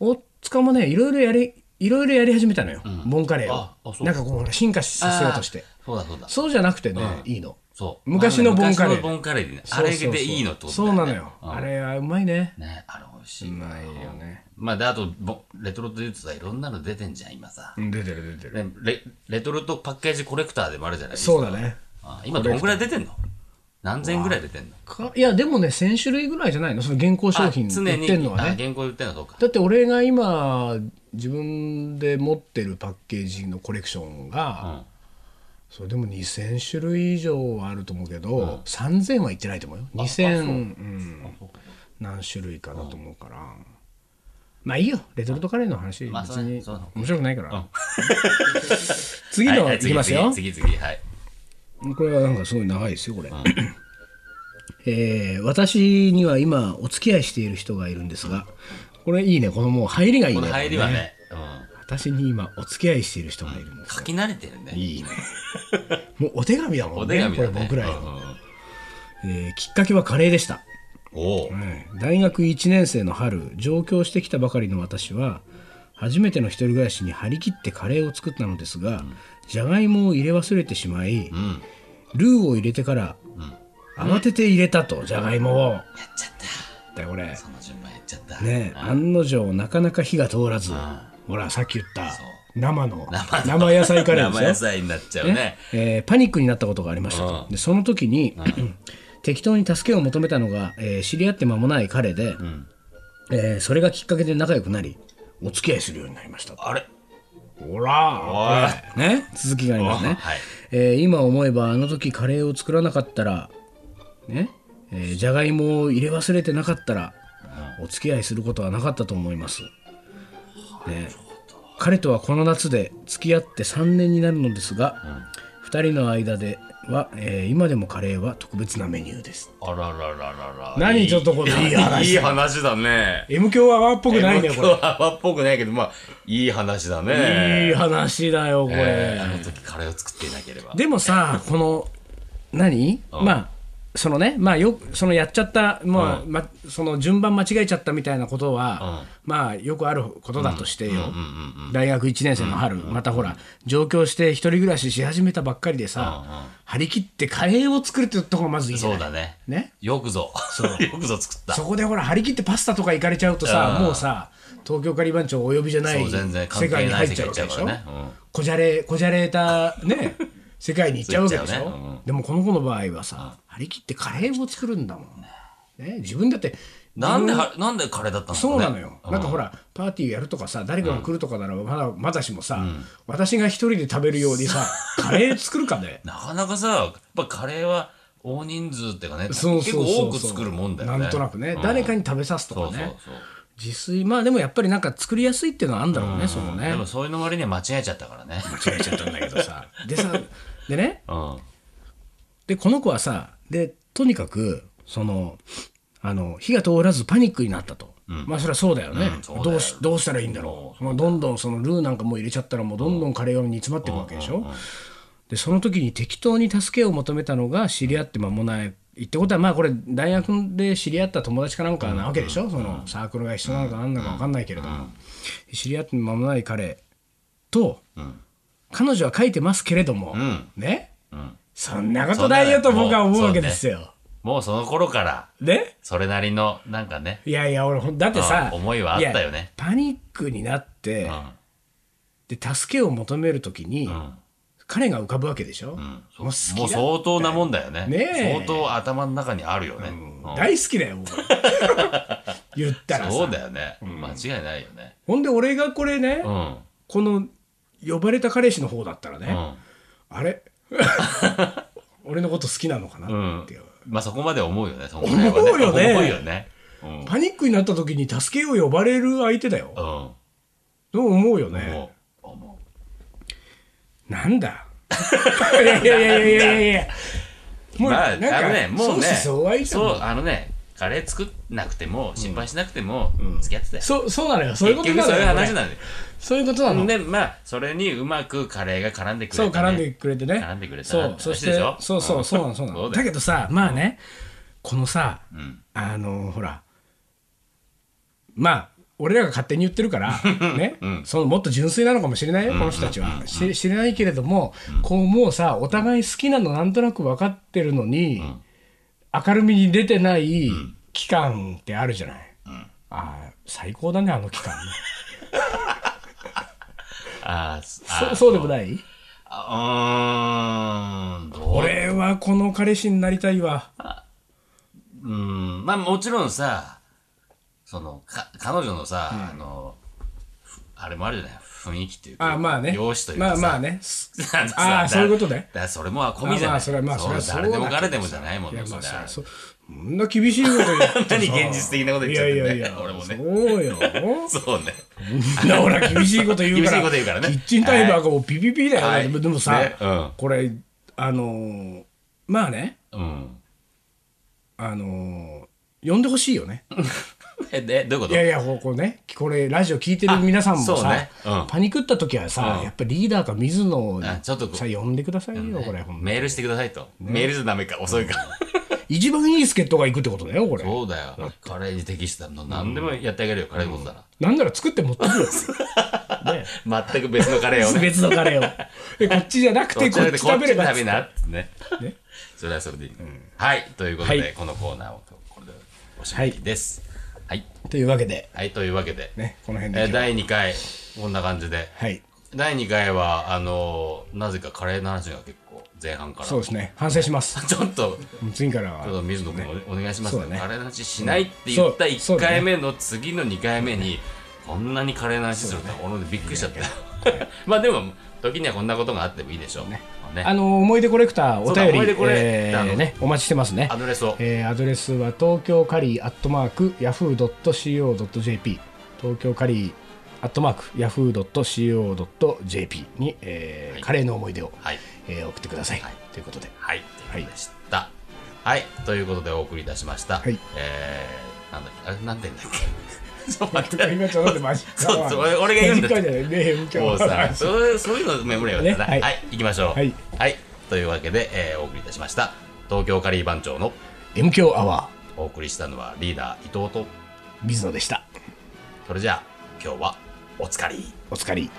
[SPEAKER 3] 大塚もね、いろいろやり、いろいろやり始めたのよ。ボンカレー
[SPEAKER 2] ああ
[SPEAKER 3] を。
[SPEAKER 2] そう
[SPEAKER 3] なんかこうほら、進化させようとして。
[SPEAKER 2] そうだそうだ。
[SPEAKER 3] そうじゃなくてね、いいの。
[SPEAKER 2] そう。
[SPEAKER 3] 昔のボンカレー
[SPEAKER 2] 昔のボンカレーでね。あれ
[SPEAKER 3] そうそう
[SPEAKER 2] で
[SPEAKER 3] そう
[SPEAKER 2] いいのってこと
[SPEAKER 3] そう
[SPEAKER 2] だ
[SPEAKER 3] なの
[SPEAKER 2] よね
[SPEAKER 3] よ。あれはうまいね。
[SPEAKER 2] ね、あれ美味しい。
[SPEAKER 3] まいよね。
[SPEAKER 2] まあ、で、あと、ボレトルトで言うとさ、いろんなの出てんじゃん、今さ。
[SPEAKER 3] うん出てる出てる。
[SPEAKER 2] ねレレトルトパッケージコレクターでもあるじゃない
[SPEAKER 3] そうだね。
[SPEAKER 2] あ今どんぐらい出てんの何千ぐらい出てんの
[SPEAKER 3] かいや、でもね、1000種類ぐらいじゃないのその現行商
[SPEAKER 2] あ
[SPEAKER 3] 品
[SPEAKER 2] 常
[SPEAKER 3] 売っ
[SPEAKER 2] に、
[SPEAKER 3] てんのは
[SPEAKER 2] あ
[SPEAKER 3] ね。
[SPEAKER 2] 現行で売ってんのそうか。
[SPEAKER 3] だって俺が今自分で持ってるパッケージのコレクションが、
[SPEAKER 2] うん
[SPEAKER 3] それでも2,000種類以上はあると思うけど、3,000はいってないと思うよ2,000うん何種類かだと思うから、まあいいよレトルトカレーの話、
[SPEAKER 2] まあ
[SPEAKER 3] 別
[SPEAKER 2] そうね
[SPEAKER 3] に
[SPEAKER 2] そうだ
[SPEAKER 3] 面白くないから、 <laughs> 次の
[SPEAKER 2] はい
[SPEAKER 3] いきますよ、
[SPEAKER 2] はい次、次、次はい。
[SPEAKER 3] これはなんかすごい長いですよこれ、 <coughs> えー私には今お付き合いしている人がいるんですがこれいいねこのもう入りがいいね
[SPEAKER 2] この入りはね、うん。
[SPEAKER 3] 私に今お付き合いしている人がいるんです
[SPEAKER 2] 書
[SPEAKER 3] が、
[SPEAKER 2] き慣れてるね。
[SPEAKER 3] いいねもうお手紙だも
[SPEAKER 2] お
[SPEAKER 3] んね
[SPEAKER 2] 手紙だね。
[SPEAKER 3] これ僕らへの、
[SPEAKER 2] うんうん
[SPEAKER 3] えーきっかけはカレーでした、
[SPEAKER 2] おう
[SPEAKER 3] 大学1年生の春上京してきたばかりの私は初めての一人暮らしに張り切ってカレーを作ったのですが、じゃがいもを入れ忘れてしまい、
[SPEAKER 2] ん
[SPEAKER 3] ルーを入れてから、慌てて入れたとじゃがいもをだ
[SPEAKER 2] やっちゃった。
[SPEAKER 3] よこれ
[SPEAKER 2] その順番やっちゃ <laughs> った。
[SPEAKER 3] ね案の定なかなか火が通らず、ほらさっき言った生の生野菜カレーで
[SPEAKER 2] 生
[SPEAKER 3] すよ
[SPEAKER 2] 野菜になっちゃうね。
[SPEAKER 3] えーパニックになったことがありましたと、でその時に、 <clears throat> 適当に助けを求めたのが、えー知り合って間もない彼で、えーそれがきっかけで仲良くなりお付き合いするようになりましたと
[SPEAKER 2] あれ
[SPEAKER 3] ほらこれね続きがありますね、
[SPEAKER 2] はい
[SPEAKER 3] えー今思えばあの時カレーを作らなかったらねえーじゃがいもを入れ忘れてなかったらお付き合いすることはなかったと思います、ね、彼とはこの夏で付き合って3年になるのですが、二2人の間では、えー今でもカレーは特別なメニューです
[SPEAKER 2] あららららら。
[SPEAKER 3] 何ちょっとこれいい話
[SPEAKER 2] いい話だね。
[SPEAKER 3] M 強アワーっぽくないんだよこ
[SPEAKER 2] 今日は泡っぽくないけど、まあ、いい話
[SPEAKER 3] れ
[SPEAKER 2] だ
[SPEAKER 3] い
[SPEAKER 2] ね。
[SPEAKER 3] い話だよこれ、
[SPEAKER 2] えーあの時カレーを作っていなければ。
[SPEAKER 3] でもさこの何まあそのねまあよそのやっちゃった、まあ
[SPEAKER 2] う
[SPEAKER 3] ま、その順番間違えちゃったみたいなことは、まあよくあることだとしてよ、大学1年生の春、またほら上京して一人暮らしし始めたばっかりでさ、張り切ってカレーを作るってとこがまずいいじゃ
[SPEAKER 2] そ
[SPEAKER 3] な
[SPEAKER 2] う
[SPEAKER 3] い
[SPEAKER 2] だね。
[SPEAKER 3] ね
[SPEAKER 2] よくぞ。 <laughs> よくぞ作った。
[SPEAKER 3] そこでほら張り切ってパスタとか行かれちゃうとさ、
[SPEAKER 2] うん
[SPEAKER 3] もうさ東京カリバン長お呼びじゃない
[SPEAKER 2] そう全然関
[SPEAKER 3] 世
[SPEAKER 2] 係ない
[SPEAKER 3] 界に入っちゃうわけでしょ
[SPEAKER 2] 世界行っちゃうからねうん
[SPEAKER 3] こじゃれこじゃれた
[SPEAKER 2] <laughs>
[SPEAKER 3] ね世界に行っちゃうわけでし
[SPEAKER 2] そう
[SPEAKER 3] ょ、
[SPEAKER 2] 行っちゃうね
[SPEAKER 3] でもこの子の場合はさ、張り切ってカレーを作るんだもんね自分だって
[SPEAKER 2] なんでは、なんでカレーだったの
[SPEAKER 3] そうなのよ、なんかほらパーティーやるとかさ誰かが来るとかならまだまだしもさ、私が一人で食べるように
[SPEAKER 2] <laughs>
[SPEAKER 3] さカレー作るかね
[SPEAKER 2] なかなかさ、やっぱカレーは大人数っていうかね、
[SPEAKER 3] そうそうそうそう
[SPEAKER 2] 結構多く作るもんだよね。
[SPEAKER 3] なんとなくね、
[SPEAKER 2] うん
[SPEAKER 3] 誰かに食べさすとか
[SPEAKER 2] そ
[SPEAKER 3] ね
[SPEAKER 2] うそうそう。
[SPEAKER 3] 自炊まあでもやっぱりなんか作りやすいっていうのはあるんだろうね、そのね
[SPEAKER 2] でもそういうの割には間違えちゃったからね。
[SPEAKER 3] 間違えちゃったんだけどさでさでね
[SPEAKER 2] うん。
[SPEAKER 3] でこの子はさでとにかくそのあの火が通らずパニックになったと、まあそれはそうだよね、
[SPEAKER 2] うんそうだよ
[SPEAKER 3] どうしどうしたらいいんだろうもうどんどんそのルーなんかもう入れちゃったらもうどんどんカレーが煮詰まっていくわけでしょ、でその時に適当に助けを求めたのが知り合って間もないってことはまあこれ大学で知り合った友達かなんかなわけでしょ、そのサークルが一緒なのかなんだか分かんないけれども、知り合って間もない彼と、彼女は書いてますけれども、
[SPEAKER 2] ん
[SPEAKER 3] ね
[SPEAKER 2] うん。
[SPEAKER 3] そんなことないよと僕は思うわけですよ。
[SPEAKER 2] もうその頃から、
[SPEAKER 3] ね
[SPEAKER 2] それなりの、なんかね、
[SPEAKER 3] いやいや、俺、ほんだってさ、
[SPEAKER 2] うん思いはあったよね
[SPEAKER 3] いやパニックになって、で、助けを求めるときに、彼が浮かぶわけでしょ。もう好
[SPEAKER 2] もう
[SPEAKER 3] きだ。
[SPEAKER 2] 相当なもんだよね。
[SPEAKER 3] ねえ
[SPEAKER 2] 相当頭の中にあるよね。うん
[SPEAKER 3] 大好きだ
[SPEAKER 2] <laughs>
[SPEAKER 3] よ、僕言ったら
[SPEAKER 2] そう
[SPEAKER 3] さ。
[SPEAKER 2] だよね。間違いないよね。
[SPEAKER 3] ほんで、俺がこれね、
[SPEAKER 2] うん。
[SPEAKER 3] この、呼ばれた彼氏の方だったら
[SPEAKER 2] う
[SPEAKER 3] ね、
[SPEAKER 2] ん。
[SPEAKER 3] あれ <laughs> 俺のこと好きなのかなっていう。
[SPEAKER 2] まあそこまで思うよね。そ思
[SPEAKER 3] 思うよね
[SPEAKER 2] 思うよね。うん。
[SPEAKER 3] パニックになった時に助けを呼ばれる相手だよ。
[SPEAKER 2] うん。
[SPEAKER 3] どう思うよね。
[SPEAKER 2] 思う。思
[SPEAKER 3] なんだいやいやいやいやいやいや
[SPEAKER 2] う。
[SPEAKER 3] もう、
[SPEAKER 2] まあ、
[SPEAKER 3] な
[SPEAKER 2] あの
[SPEAKER 3] んか、
[SPEAKER 2] ね、もうね、
[SPEAKER 3] 相思相愛じゃん
[SPEAKER 2] そう、あのね、カレー作んなくても、心配しなくても、付き合ってたよ。
[SPEAKER 3] そうそうなのよそういうこと
[SPEAKER 2] 結
[SPEAKER 3] な
[SPEAKER 2] 局
[SPEAKER 3] のよ
[SPEAKER 2] そういう
[SPEAKER 3] これ
[SPEAKER 2] 話なんで。
[SPEAKER 3] そういうことなの、
[SPEAKER 2] で、まあ、それにうまくカレーが絡んでくれた
[SPEAKER 3] そう
[SPEAKER 2] ね
[SPEAKER 3] 絡んでくれてね
[SPEAKER 2] 絡んでくれた
[SPEAKER 3] そ
[SPEAKER 2] な
[SPEAKER 3] う
[SPEAKER 2] って
[SPEAKER 3] そし
[SPEAKER 2] 話
[SPEAKER 3] て
[SPEAKER 2] でしょ
[SPEAKER 3] そうそうそうなのそうな
[SPEAKER 2] そ
[SPEAKER 3] の
[SPEAKER 2] うだ
[SPEAKER 3] だ
[SPEAKER 2] よ
[SPEAKER 3] けどさまあねこのさ、
[SPEAKER 2] ん
[SPEAKER 3] あのほらまあ俺らが勝手に言ってる
[SPEAKER 2] <laughs>
[SPEAKER 3] から、ねそのもっと純粋なのかもしれないよ、この人たちは。し知れないけれども、こうもうさ、お互い好きなのなんとなく分かってるのに、明るみに出てない期間ってあるじゃない。ああ、最高だね、あの期間。
[SPEAKER 2] あー <laughs> あ
[SPEAKER 3] そそうでもない
[SPEAKER 2] あうーん、どう
[SPEAKER 3] 俺はこの彼氏になりたいわ。
[SPEAKER 2] うん、まあもちろんさ、その、か、彼女のさ、あの、ふあれもあるじゃない雰囲気っていうか。
[SPEAKER 3] あまあね。
[SPEAKER 2] 容姿という
[SPEAKER 3] ま
[SPEAKER 2] か
[SPEAKER 3] あ
[SPEAKER 2] さ。
[SPEAKER 3] まあ
[SPEAKER 2] <laughs>
[SPEAKER 3] ね。
[SPEAKER 2] なんかさ。
[SPEAKER 3] ああ
[SPEAKER 2] だ
[SPEAKER 3] そういうことね。
[SPEAKER 2] だそれも込みじ
[SPEAKER 3] あま
[SPEAKER 2] ゃな
[SPEAKER 3] あ
[SPEAKER 2] い。
[SPEAKER 3] それはまあそれは
[SPEAKER 2] そう誰でも
[SPEAKER 3] そうだけ
[SPEAKER 2] 彼
[SPEAKER 3] ど
[SPEAKER 2] でもじゃないもん
[SPEAKER 3] い
[SPEAKER 2] ね。
[SPEAKER 3] やまあ
[SPEAKER 2] そりゃ
[SPEAKER 3] そそそんな厳しいこと言って
[SPEAKER 2] 何現実的なこと言っちゃってん
[SPEAKER 3] いやい
[SPEAKER 2] だよ
[SPEAKER 3] やいや
[SPEAKER 2] 俺もね
[SPEAKER 3] そうよ
[SPEAKER 2] そう
[SPEAKER 3] <laughs>
[SPEAKER 2] ね。
[SPEAKER 3] みんなほら <laughs> 厳しいこと言うから
[SPEAKER 2] 厳しいこと言うからね
[SPEAKER 3] キッチンタイマーがもうピピピだよ、
[SPEAKER 2] はい
[SPEAKER 3] でもでもさ、
[SPEAKER 2] ねうん
[SPEAKER 3] これあのーまあね
[SPEAKER 2] うん。
[SPEAKER 3] あのー呼んでほしいよね
[SPEAKER 2] え、で、どういうこ
[SPEAKER 3] い
[SPEAKER 2] と
[SPEAKER 3] やいやこうこうねこれラジオ聞いてる皆さんも
[SPEAKER 2] あそう
[SPEAKER 3] さ、
[SPEAKER 2] ねうん
[SPEAKER 3] パニクった時はさ、
[SPEAKER 2] うん
[SPEAKER 3] やっぱりリーダーか水野
[SPEAKER 2] あちょっと
[SPEAKER 3] さ呼んでくださいよ、これほんと
[SPEAKER 2] メールしてくださいと。メールじゃダメか、遅いか。
[SPEAKER 3] 一番いい助っ人が行くってことだよこれ
[SPEAKER 2] そうだよ。カレーに適したの何でもやってあげるよ、カレーのことだ
[SPEAKER 3] なんなら作って持ってくる
[SPEAKER 2] <laughs>
[SPEAKER 3] よね
[SPEAKER 2] な。全く別のカレーをね。
[SPEAKER 3] 別のカレ
[SPEAKER 2] <laughs>
[SPEAKER 3] ーを。で、こっちじゃなくて、こっち食べれば
[SPEAKER 2] こ
[SPEAKER 3] っ
[SPEAKER 2] っ
[SPEAKER 3] つ
[SPEAKER 2] ち
[SPEAKER 3] って。
[SPEAKER 2] 食べなってね。それはそれでいい、はい、ということで、
[SPEAKER 3] はい
[SPEAKER 2] このコーナーをこれでおしまいです。はい、
[SPEAKER 3] というわけで、
[SPEAKER 2] はい、というわけで、
[SPEAKER 3] ね、この辺で
[SPEAKER 2] え
[SPEAKER 3] 今
[SPEAKER 2] ー
[SPEAKER 3] 日。
[SPEAKER 2] 第2回、こんな感じで。
[SPEAKER 3] はい。
[SPEAKER 2] 第2回は、あのーなぜかカレーの話が結構前半から。
[SPEAKER 3] そうですね。反省します。 <laughs>
[SPEAKER 2] ちょっと、
[SPEAKER 3] もう次から
[SPEAKER 2] ちょっと
[SPEAKER 3] は。
[SPEAKER 2] 水野君お,、お願いしますよ
[SPEAKER 3] そうだね
[SPEAKER 2] カレーの話しないって言った
[SPEAKER 3] うんそう
[SPEAKER 2] 1回目の次の2回目に、こんなに華麗な話すると俺びっくりしちゃったよまあでも時にはこんなことがあってもいいでしょうね
[SPEAKER 3] あの思い出コレクターお
[SPEAKER 2] そうだ思い
[SPEAKER 3] 便
[SPEAKER 2] 出
[SPEAKER 3] り
[SPEAKER 2] コレク
[SPEAKER 3] え
[SPEAKER 2] ターの
[SPEAKER 3] ーねお待ちしてますね
[SPEAKER 2] アドレスを
[SPEAKER 3] えーアドレスは東京カリーアットマークヤフー .co.jp 東京カリーアットマークヤフー .co.jp に、えー
[SPEAKER 2] はい
[SPEAKER 3] カレーの思い出を、
[SPEAKER 2] はい
[SPEAKER 3] えー送ってください、
[SPEAKER 2] はい
[SPEAKER 3] ということで
[SPEAKER 2] はいということでしたはい、ということでお送りいたしました、
[SPEAKER 3] はい
[SPEAKER 2] えー、なんだっけあれ何点だっけちょっと待って
[SPEAKER 3] 今 <laughs> ちょっと待ってマジ
[SPEAKER 2] そう <laughs> そう俺俺が言うんだ
[SPEAKER 3] 短いじゃないねえ <laughs>
[SPEAKER 2] もうさそうそういうのメモればいいから
[SPEAKER 3] ねはい
[SPEAKER 2] はい、行きましょう
[SPEAKER 3] はい、
[SPEAKER 2] はい、というわけで、えーお送りいたしました東京カリー番長の
[SPEAKER 3] M 強アワ
[SPEAKER 2] お送りしたのはリーダー伊藤と
[SPEAKER 3] ー水野でした
[SPEAKER 2] それじゃあ今日はおつかり
[SPEAKER 3] お疲れ